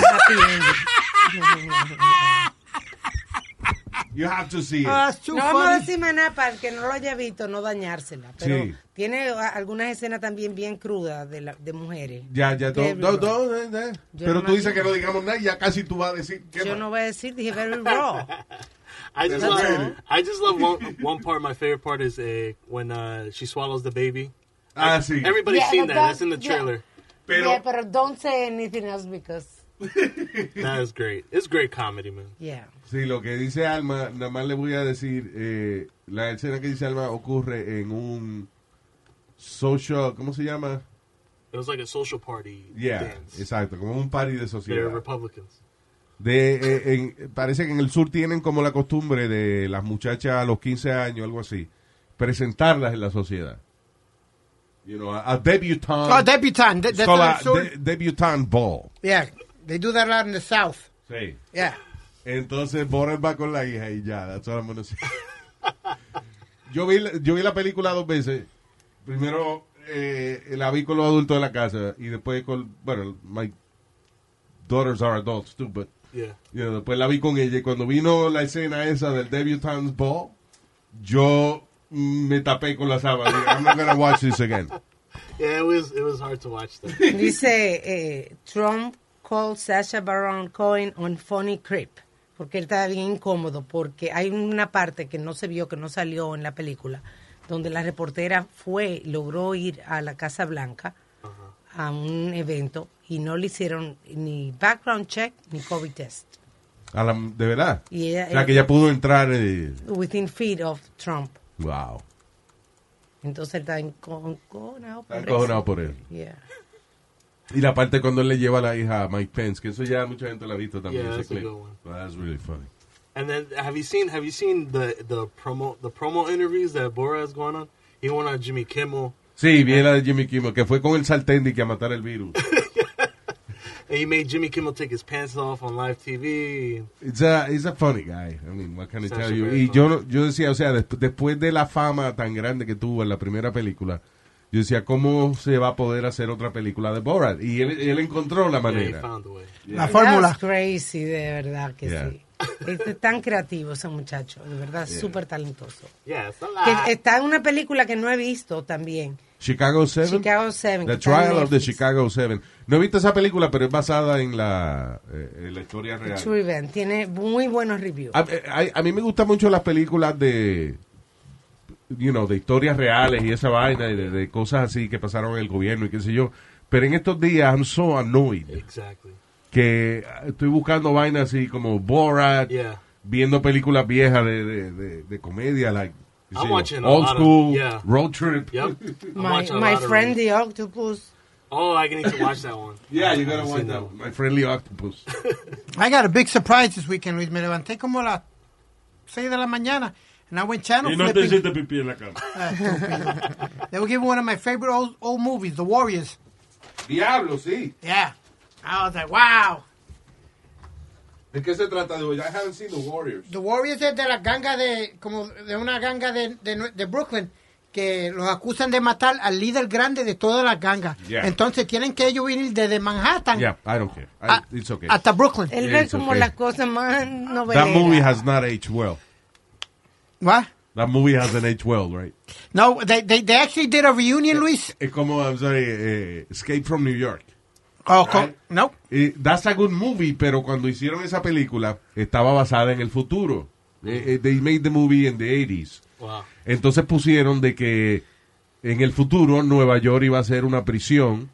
*laughs* You have to see it. no vamos a decir más nada para el que no lo haya visto, no dañársela. Pero Sí. tiene a- algunas escenas también bien crudas de, la- de mujeres. Ya, ya, Very don't- don't- raw. don't, eh, eh. Yo Pero no tú me dices que imagino. no digamos nada y ya casi tú vas a decir. ¿qué Yo más? no voy a decir, dije very raw. I just That's love. I just love one one part. My favorite part is uh, when uh, she swallows the baby. Ah, sí. Everybody's Yeah, seen but that. that- That's in the yeah. trailer. Yeah, pero don't say anything else because, That is great. It's great comedy, man. yeah. *laughs* Sí, lo que dice Alma, nada más le voy a decir, eh, la escena que dice Alma ocurre en un social, ¿cómo se llama? It was like a social party Yeah, dance. exacto, como un party de They're sociedad. Republicans. De, eh, en- parece que en el sur tienen como la costumbre de las muchachas a los 15 años, algo así, presentarlas en la sociedad. You know, a, a debutante. Oh, debutante, de- It's de- called a del sur. de- debutante ball. Yeah, they do that a lot in the South. Sí. Yeah. Entonces Boris va con la hija y ya, that's all I'm gonna say. *laughs* yo, vi, la- yo vi la película dos veces. Primero eh, la vi con los adultos de la casa y después con, bueno, my daughters are adults too, but Yeah. you know, después la vi con ella y cuando vino la escena esa del debutante's ball, yo mm, me tapé con la sábana. Dije, I'm not gonna watch this again. Yeah, it was it was hard to watch that. Dice eh, Trump called Sasha Baron Cohen on funny creep porque él estaba bien incómodo porque hay una parte que no se vio que no salió en la película donde la reportera fue logró ir a la Casa Blanca a un evento y no le hicieron ni background check ni COVID test A la- de verdad. Y ella- o sea, que ella pudo entrar. eh, within feet of Trump wow. entonces él estaba encojonado por Está encojonado por él. Yeah. Y la parte cuando él le lleva a la hija a Mike Pence, que eso ya mucha gente lo ha visto también. Yeah, ese that's a clip. good one. Well, that's really funny. And then have you seen have you seen the the promo the promo interviews that Bora has going on? He went on Jimmy Kimmel Sí, vi la de Jimmy Kimmel, que fue con el sartén y que a matar el virus. and he made Jimmy Kimmel take his pants off on live TV. It's a, it's a funny guy. I mean, what can I Sasha tell you? Baron Y Cohen. yo, no- yo decía, o sea, desp- después de la fama tan grande que tuvo en la primera película, yo decía, ¿cómo se va a poder hacer otra película de Borat? Y él, él encontró la manera. La fórmula. That's crazy, de verdad que Yeah. sí. Este Es tan creativo ese muchacho, de verdad, Yeah. súper talentoso. Yeah, it's a Que lot. está en una película que no he visto también, Chicago 7. Chicago 7. The Trial of the Chicago 7. No he visto esa película, pero es basada en la, eh, en la historia real. True Event. Tiene muy buenos reviews. A, eh, a- a mí me gustan mucho las películas de, you know, de historias reales y esa vaina y de, de cosas así que pasaron en el gobierno y qué sé yo. Pero en estos días I'm so annoyed Exactly. que ah, estoy buscando vainas así como Borat, Yeah. viendo películas viejas de, de, de- de comedia, like qué I'm sé yo, watching a Old lot of- School, yeah. Road Trip. Yep. I'm My, watching a my lot of friend these. the octopus. Oh, I need to watch that one. *laughs* Yeah, you gotta I've watch seen that one. My Friendly Octopus. I got a big surprise this weekend, Luis. Me levanté como a las 6 de la mañana. And I went channel Y no te flipping. hiciste pipí en la cama. Ah, estúpido. They were giving one of my favorite old, old movies, The Warriors. Diablo, sí. Yeah. I was like, wow. ¿De qué se trata? I haven't seen The Warriors. The Warriors es de la ganga de, como de una ganga de, de- de Brooklyn que los acusan de matar al líder grande de todas las gangas. Yeah. Entonces tienen que ellos venir desde Manhattan Yeah, I don't care. I- Ah, it's okay. hasta Brooklyn. Él Yeah, ve it's como okay. las cosas más noveleras. That movie has not aged well. ¿Va? That movie hasn't aged well, right? No, they, they, they actually did a reunion, Luis. Es como, I'm sorry, eh, Escape from New York. Oh, no. that's a good movie, pero cuando hicieron esa película, estaba basada en el futuro. Eh, eh, they made the movie in the 80s. Wow. Entonces pusieron de que en el futuro Nueva York iba a ser una prisión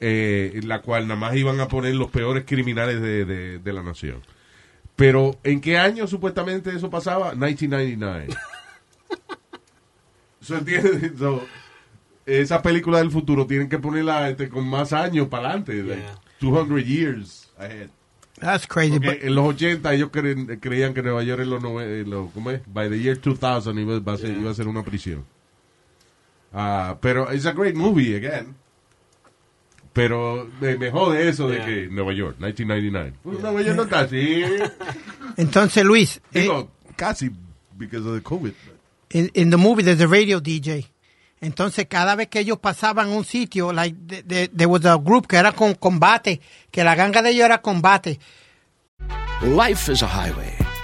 eh, en la cual nada más iban a poner los peores criminales de, de- de la nación. Pero, ¿en qué año supuestamente eso pasaba? 1999. ¿Se entiende? So, esa película del futuro tienen que ponerla este, con más años para adelante. like, 200 years ahead. That's crazy. Porque en los 80 ellos cre- creían que Nueva York en los, nove- en los- ¿cómo es? By the year 2000 iba, va a ser, iba a ser una prisión. Ah, pero it's a great movie again. Pero me, me jode eso de que Nueva York 1999. Pues Nueva York no está así. *laughs* Entonces, Luis, eh, Digo, casi because of the COVID. in, in the movie there's a radio DJ. Entonces cada vez que ellos pasaban un sitio, like the- the- there was a group que era con combate, que la ganga de ellos era combate. Life is a highway,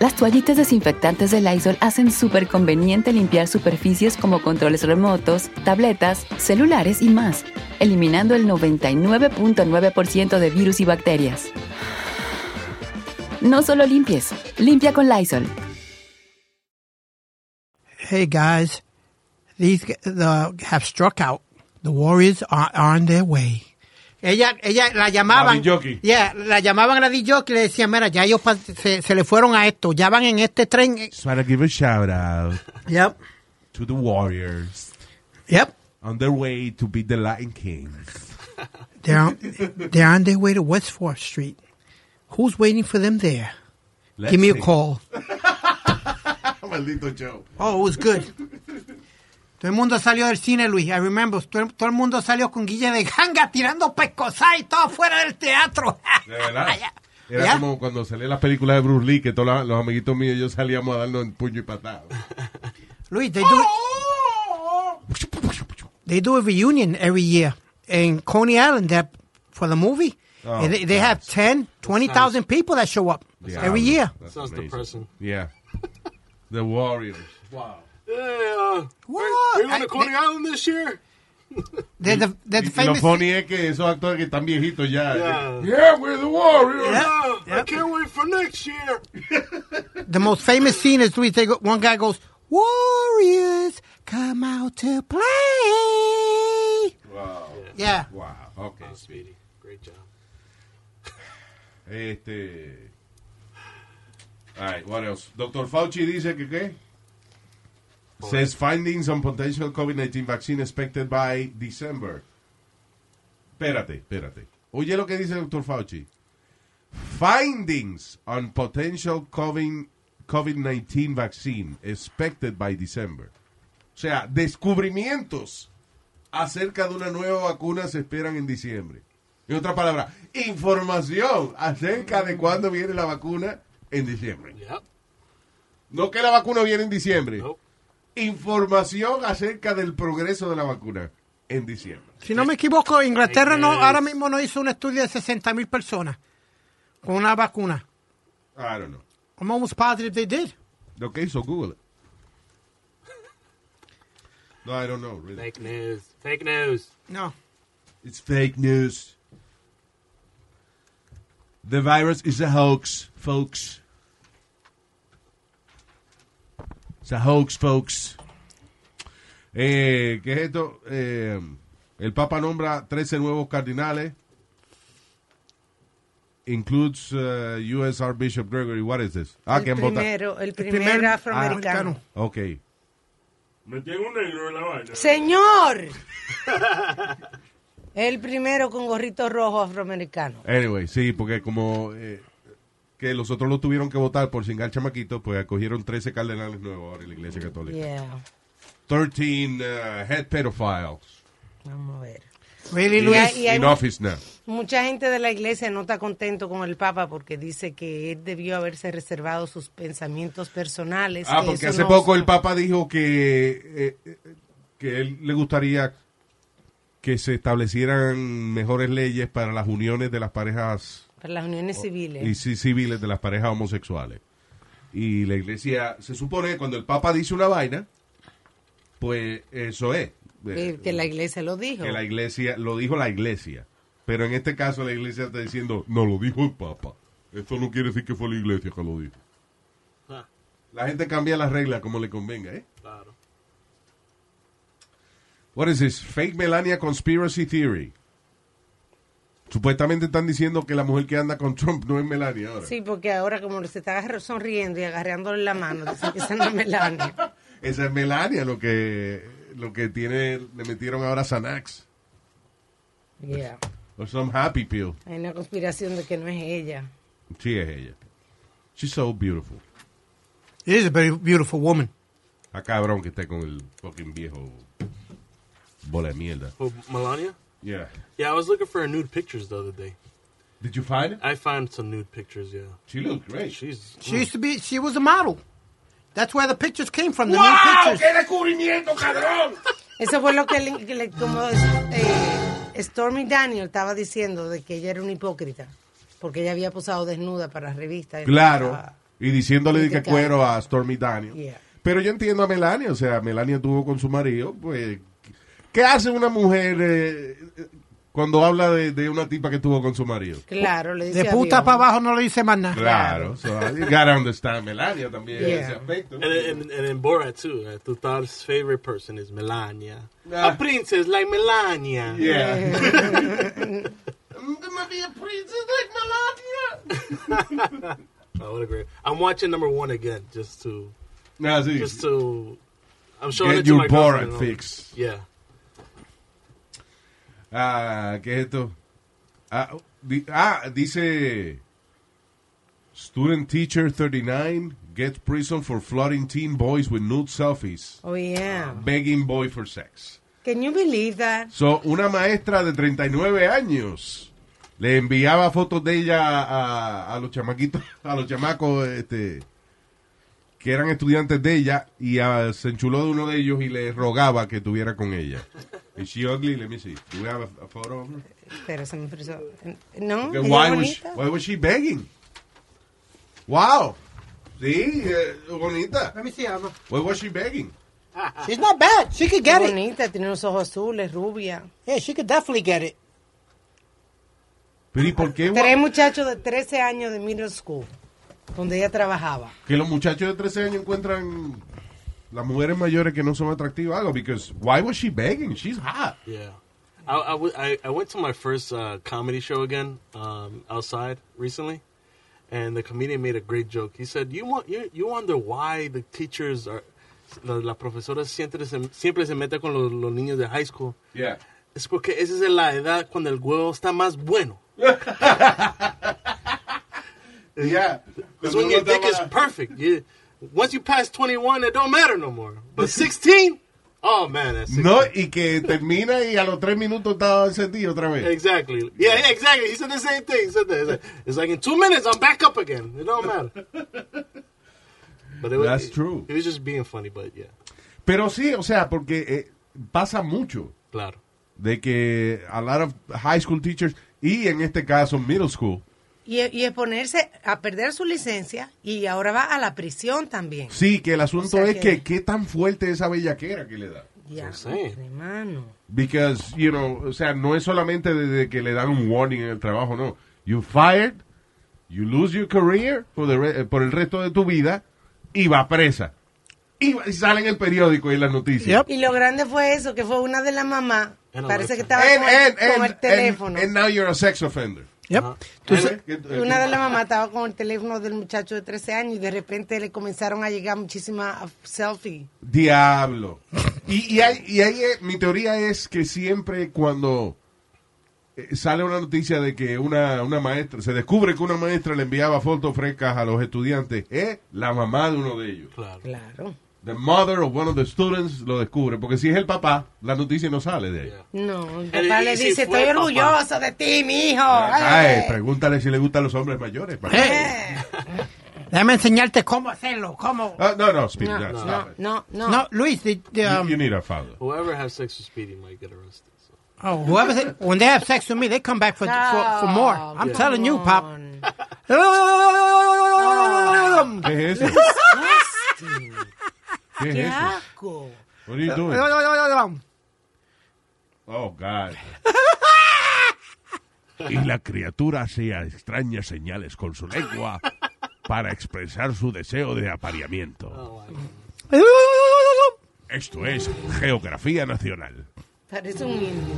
Las toallitas desinfectantes de Lysol hacen súper conveniente limpiar superficies como controles remotos, tabletas, celulares y más, eliminando el 99.9% de virus y bacterias. No solo limpies, limpia con Lysol. Hey guys, these g- the, have struck out. The Warriors are, are on their way. Ella, ella la llamaban. La DJ. Yeah, la llamaban a la DJ y le decían, mira, ya ellos pas- se, se le fueron a esto, ya van en este tren. Just wanna give a shout out Yep, to the Warriors yep. on their way to beat the Latin Kings. They're on, they're on their way to West 4th Street. Who's waiting for them there? Let's Give me a see. call. Maldito Joe. Oh, it was good. Todo el mundo salió del cine, Luis. I remember. Todo, todo el mundo salió con Guille de Ganga tirando pescosá y todo fuera del teatro. *laughs* De verdad. Era ¿Ya? como cuando salía la película de Bruce Lee, que todos la- los amiguitos míos y yo salíamos a darnos en puño y patada. Luis, Oh, they do, they do a reunion every year in Coney Island that, for the movie. Oh, And they, they have 10, 20,000 people that show up Yeah. every year. That's Sounds amazing. depressing. *laughs* Yeah. The Warriors. Wow. Yeah. What? Are you going I- to Coney Island this year? They're the, they're Y the lo famous. funny es que esos actores que están viejitos *laughs* ya. Yeah. Yeah, we're the Warriors. Yeah, I can't wait for next year. the most famous scene is Luis. They go, one guy goes, "Warriors, come out to play." Wow. Yeah. Wow. Okay. Oh, Speedy, great job. Este. All right, what else? Dr. Fauci dice que qué? Says findings on potential COVID-19 vaccine expected by December. Espérate, espérate. Oye lo que dice el Dr. Fauci. Findings on potential COVID- COVID-19 vaccine expected by December. O sea, descubrimientos acerca de una nueva vacuna se esperan en diciembre. En otras palabras, información acerca de cuándo viene la vacuna en diciembre. Yep. No que la vacuna viene en diciembre. Información acerca del progreso de la vacuna en diciembre. Si no me equivoco, Inglaterra no, ahora mismo no hizo un estudio de 60 mil personas con una vacuna. I don't know. I'm almost positive they did. Lo que hizo Google. No, I don't know. Really. Fake news. Fake news. No. It's fake news. The virus is a hoax, folks. It's a hoax, folks. Eh, ¿Qué es esto? Eh, el Papa nombra 13 nuevos cardinales. Includes uh, U.S. Archbishop Gregory. What is this? Ah, el, ¿quién vota? primero, el primer primer afroamericano. Ah, Ok. Metieron un negro en la *laughs* vaina. Señor. el primero con gorrito rojo afroamericano. Anyway, sí, porque como eh, que los otros lo tuvieron que votar por singar chamaquitos, pues acogieron 13 cardenales nuevos ahora en la Iglesia Católica. Yeah. 13 uh, head pedophiles Vamos a ver. Really, Y hay- in, y hay in mu- office now. Mucha gente de la iglesia no está contento con el Papa porque dice que él debió haberse reservado sus pensamientos personales. Ah, que porque eso hace no- poco el Papa dijo que, eh, que él le gustaría que se establecieran mejores leyes para las uniones de las parejas Para las uniones civiles. Oh, y ci- civiles de las parejas homosexuales. Y la iglesia, se supone que cuando el Papa dice una vaina, pues eso es. Eh, Eh, que la iglesia lo dijo. Que la iglesia, lo dijo la iglesia. Pero en este caso la iglesia está diciendo, no lo dijo el Papa. Esto no quiere decir que fue la iglesia que lo dijo. La gente cambia las reglas como le convenga, ¿eh? Claro. What is this? Fake Melania conspiracy theory. Supuestamente están diciendo que la mujer que anda con Trump no es Melania ahora. Sí, porque ahora como se está agarr- sonriendo y agarrándole la mano, dicen que esa no es Melania. Esa es Melania lo que lo que tiene le metieron ahora Xanax Yeah. o some happy pill. Hay una conspiración de que no es ella. Sí es ella. She's so beautiful. It is a very beautiful woman. A cabrón que esté con el fucking viejo bola de mierda. Who, Melania? Yeah. Yeah, I was looking for her nude pictures the other day. Did you find it? I found some nude pictures, yeah. She looked great. She's mm. She used to be, she was a model. That's where the pictures came from, the Wow, new pictures. qué descubrimiento, *laughs* cabrón! Eso fue lo que, le, que le- como eh, Stormy Daniel estaba diciendo de que ella era una hipócrita porque ella había posado desnuda para las revistas. Claro. Ah. Y diciéndole de que Criticando. cuero a Stormy Daniels. Yeah. Pero yo entiendo a Melania, o sea, Melania tuvo con su marido, pues, ¿qué hace una mujer eh, eh, cuando habla de, de una tipa que tuvo con su marido? Claro, le dice De puta adiós. para abajo no le dice más nada. Ah, Claro, so you gotta understand Melania también. en ese aspecto. And, and, and in Borat too, uh, Tutal's favorite person is Melania. Ah. A princess like Melania. *laughs* Yeah. I'm gonna be a princess like Melania. *laughs* I would agree. I'm watching number one again just to. No, sí. Just to. I'm showing Get it to your my girlfriend, um, Borat fix. Yeah. Ah, ¿qué es esto? Ah, di- ah, dice Student Teacher 39 gets prison for flooding teen boys with nude selfies, Oh, yeah. begging boy for sex. Can you believe that? So, una maestra de 39 años le enviaba fotos de ella a, a los chamaquitos, *laughs* a los chamacos este, que eran estudiantes de ella y ah, se enchuló de uno de ellos y le rogaba que estuviera con ella. Is she ugly? Let me see. Do we have a, a photo of her? Pero se me frizó. No, Okay, ella why, es was she, bonita. why was she pues, begging? Wow. Sí, eh, bonita. Let me see, Alma. Why was she begging? She's not bad. She could get Es it. bonita, tiene unos ojos azules, rubia. Yeah, she could definitely get it. Pero ¿y por qué? Tres muchachos de 13 años de middle school, donde ella trabajaba. que los muchachos de 13 años encuentran las mujeres mayores que no son atractivas algo because why was she begging she's hot Yeah. I, I, w- I, I went to my first uh, comedy show again um, outside recently, and the comedian made a great joke. He said, "You want you, you wonder why the teachers are la, la profesora siempre se, siempre se mete con los, los niños de high school. Yeah. Es porque esa es la edad cuando el huevo está más bueno. yeah, because when your dick is perfect, you, once you pass twenty one, it don't matter no more. But sixteen, oh man, that's no y que termina y a los tres minutos está encendido otra vez Exactly. Yeah, yeah, exactly. He said the same thing. He said that. It's like, it's like in two minutes, I'm back up again. It don't matter. But it was, That's true. He was just being funny, but yeah, pero sí o sea porque eh, pasa mucho claro. de que a lot of high school teachers y en este caso middle school Y, y exponerse a perder su licencia y ahora va a la prisión también. sí que el asunto O sea es que, qué tan fuerte es esa bellaquera que le da Ya, Sí. hermano. Because, you know, o sea, no es solamente desde que le dan un warning en el trabajo, no. You fired, you lose your career for the re- eh, por el resto de tu vida y va presa. Y, va- y sale en el periódico y en las noticias. Y lo grande fue eso, que fue una de las mamás. And Parece que estaba Alexa. And- con, el- and- con and- el teléfono. And now you're a sex offender. ¿Eh? Yep. una de las mamás estaba con el teléfono del muchacho de 13 años y de repente le comenzaron a llegar muchísimas ah, selfies. Diablo. Y, y, ahí- y ahí es- mi teoría es que siempre cuando eh, sale una noticia de que una, una maestra, se descubre que una maestra le enviaba fotos frescas a los estudiantes, es la mamá de uno de ellos. Claro. Claro. the mother of one of the students lo descubre. Porque si es el papá, la noticia no sale de ahí. No, el El- papá y le si dice, fue estoy el papá". orgulloso de ti, mi hijo. Ay, pregúntale si le gustan los hombres mayores. papá. Déjame enseñarte cómo hacerlo, cómo. Ah, no, no, Speedy, No, no, no, stop it. no, no. No, Luis, the, the, You- um, you need a father. Whoever has sex with Speedy might get arrested. Oh, whoever they, when they have sex with me, they come back for for, for more. I'm Yeah. telling you, pop. ¿Qué es eso? ¿Qué es Qué Ah, eso? asco. What are you doing? Oh, God. Y la criatura hacía extrañas señales con su lengua para expresar su deseo de apareamiento. Esto es Geografía Nacional. Parece un indio.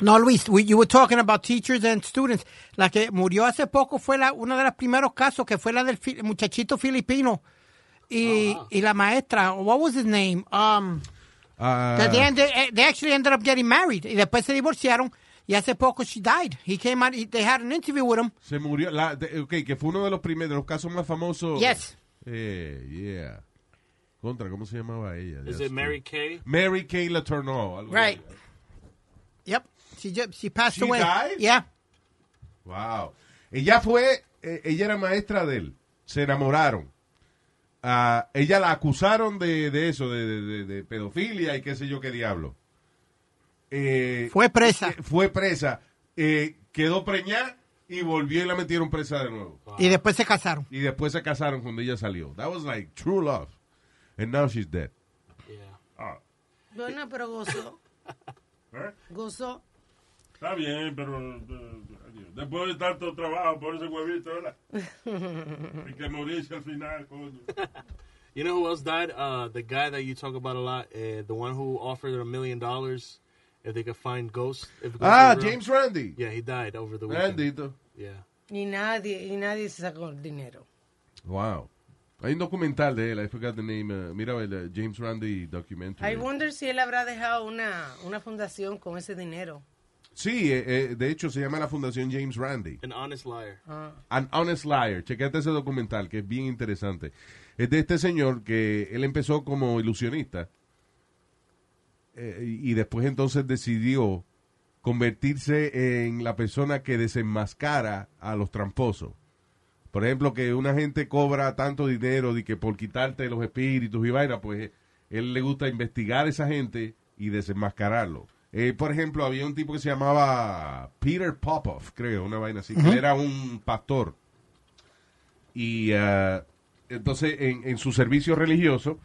No, Luis, we, you were talking about teachers and students. La que murió hace poco fue la, uno de los primeros casos que fue la del fi- muchachito filipino y, y la maestra. What was his name? Um, Ah, that they, ended, eh, they actually ended up getting married y después se divorciaron y hace poco she died. He came out. he- they had an interview with him. se murió. La, de- ok, que fue uno de los primeros, de los casos más famosos. Yes. Eh, yeah. Contra, ¿cómo se llamaba ella? Is Ya it Mary estoy- Kay? Mary Kay Letourneau. algo Right. Yep. She just, she passed She away. died? Yeah. Wow. Ella fue, eh, ella era maestra de él. Se enamoraron. Ah, ella la acusaron de, de eso, de, de- de- de pedofilia y qué sé yo qué diablo. Eh, fue presa. Fue presa. Eh, quedó preñada y volvió y la metieron presa de nuevo. Y después se casaron. Y después se casaron cuando ella salió. That was like true love. And now she's dead. Ah, Bueno, pero gozó. Gozó. Está bien, pero eh, después de tanto trabajo por ese huevito, ¿verdad? Y que morirse al final, coño. You know who else died? Uh, the guy that you talk about a lot, uh, the one who offered a million dollars if they could find ghosts. If ghosts Ah, were real. James Randy. Yeah, he died over the weekend. Bendito. Yeah. *laughs* Y nadie, y nadie se sacó el dinero. Wow. Hay un documental de él. I forgot the name. uh, mira el uh, James Randy documentary. I wonder si él habrá dejado una, una fundación con ese dinero. Sí, eh, eh, de hecho se llama la Fundación James Randy. An honest liar. An Honest Liar. Chequete ese documental que es bien interesante. Es de este señor que él empezó como ilusionista eh, y y después entonces decidió convertirse en la persona que desenmascara a los tramposos. Por ejemplo, que una gente cobra tanto dinero de que por quitarte los espíritus y vaina, pues él le gusta investigar a esa gente y desenmascararlo. Eh, por ejemplo, había un tipo que se llamaba Peter Popoff, creo, una vaina así, que él era un pastor. Y ah, entonces en, en su servicio religioso,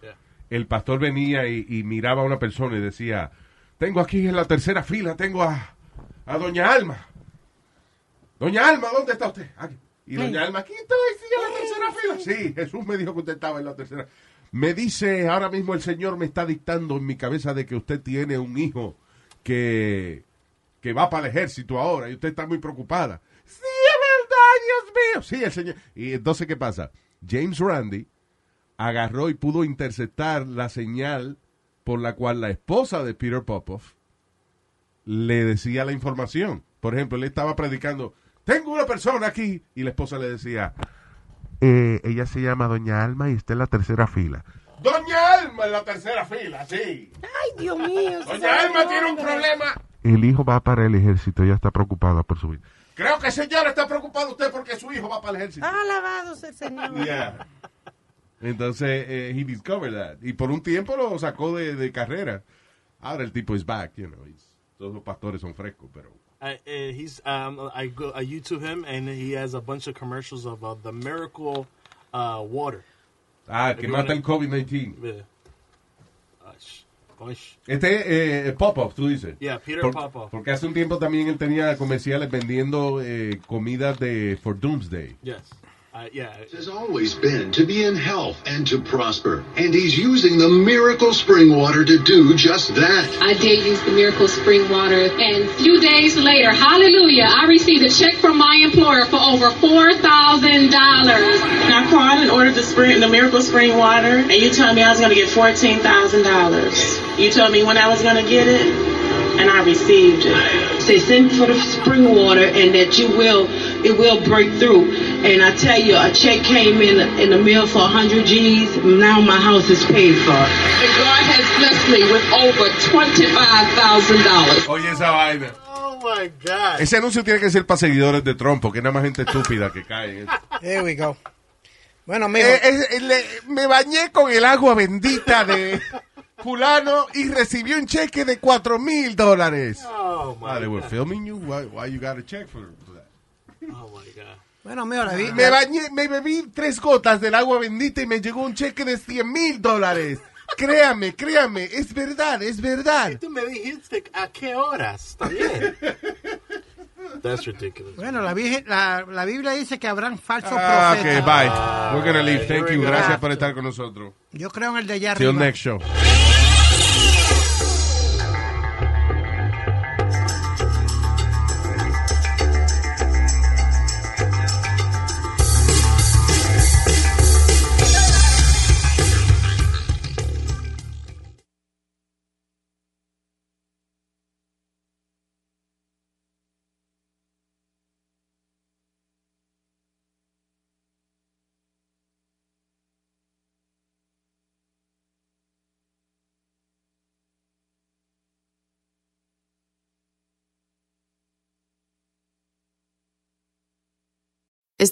el pastor venía y, y miraba a una persona y decía, tengo aquí en la tercera fila, tengo a, a Doña Alma. Doña Alma, ¿dónde está usted? Aquí. Y Doña Alma, aquí estoy, sí, en la tercera fila. Sí, Jesús me dijo que usted estaba en la tercera. Me dice, ahora mismo el Señor me está dictando en mi cabeza de que usted tiene un hijo que, que va para el ejército ahora y usted está muy preocupada. Sí, es verdad, Dios mío. Sí, el Señor. Y entonces, ¿qué pasa? James Randy agarró y pudo interceptar la señal por la cual la esposa de Peter Popoff le decía la información. Por ejemplo, él estaba predicando, tengo una persona aquí, y la esposa le decía, eh, ella se llama Doña Alma y está en la tercera fila. Doña Alma en la tercera fila, sí. Ay, Dios mío. ese Doña Alma señor, tiene un hombre. problema. El hijo va para el ejército, ella está preocupada por su vida. Creo que señor está preocupado usted porque su hijo va para el ejército. Alabado sea el Señor. Yeah. Entonces, eh, he discovered that. Y por un tiempo lo sacó de, de carrera. Ahora el tipo es back, you know. it's- todos los pastores son frescos, pero... I, uh, he's um, I go I YouTube him and he has a bunch of commercials of uh, the miracle uh, water. Ah, que If you mata wanna- el COVID-19. Yeah. Ah, sh- oh, sh- Este eh, Popov, tú dices. Yeah, Peter Por- Popoff. Porque hace un tiempo también él tenía comerciales vendiendo eh, comidas de for Doomsday. Yes. Uh, yeah. has always been to be in health and to prosper, and he's using the miracle spring water to do just that. I did use the miracle spring water, and few days later, hallelujah, I received a check from my employer for over four thousand dollars. I called and ordered the spring, the miracle spring water, and you told me I was going to get fourteen thousand dollars. You told me when I was going to get it, and I received it. They send for the spring water and that you will, it will break through. And I tell you, a check came in in the mail for 100 G's. Now my house is paid for. And God has blessed me with over $25,000. Oye, esa vaina. Oh my God. Ese anuncio tiene que ser para seguidores de Trump, porque nada más gente estúpida que cae. *laughs* There we go. Bueno, Eh, mijo. me bañé con el agua *laughs* bendita de fulano y recibí un cheque de 4 mil dólares. Oh, Ah, they were filming you? Why, why you got a check for, for that? Oh, my God. Bueno, mijo, la vi. Ah, Me bañé, me bebí tres gotas del agua bendita y me llegó un cheque de 100 mil dólares. Créame, créame, es verdad, es verdad. Tú me dijiste a qué horas también. *laughs* That's ridiculous. Bueno, la, Virgen- la, la Biblia dice que habrán falsos Ah, ok, profetas. bye. We're gonna leave. here Thank we you. go. Gracias por estar con nosotros. Yo creo en el de allá Till arriba. next show. Is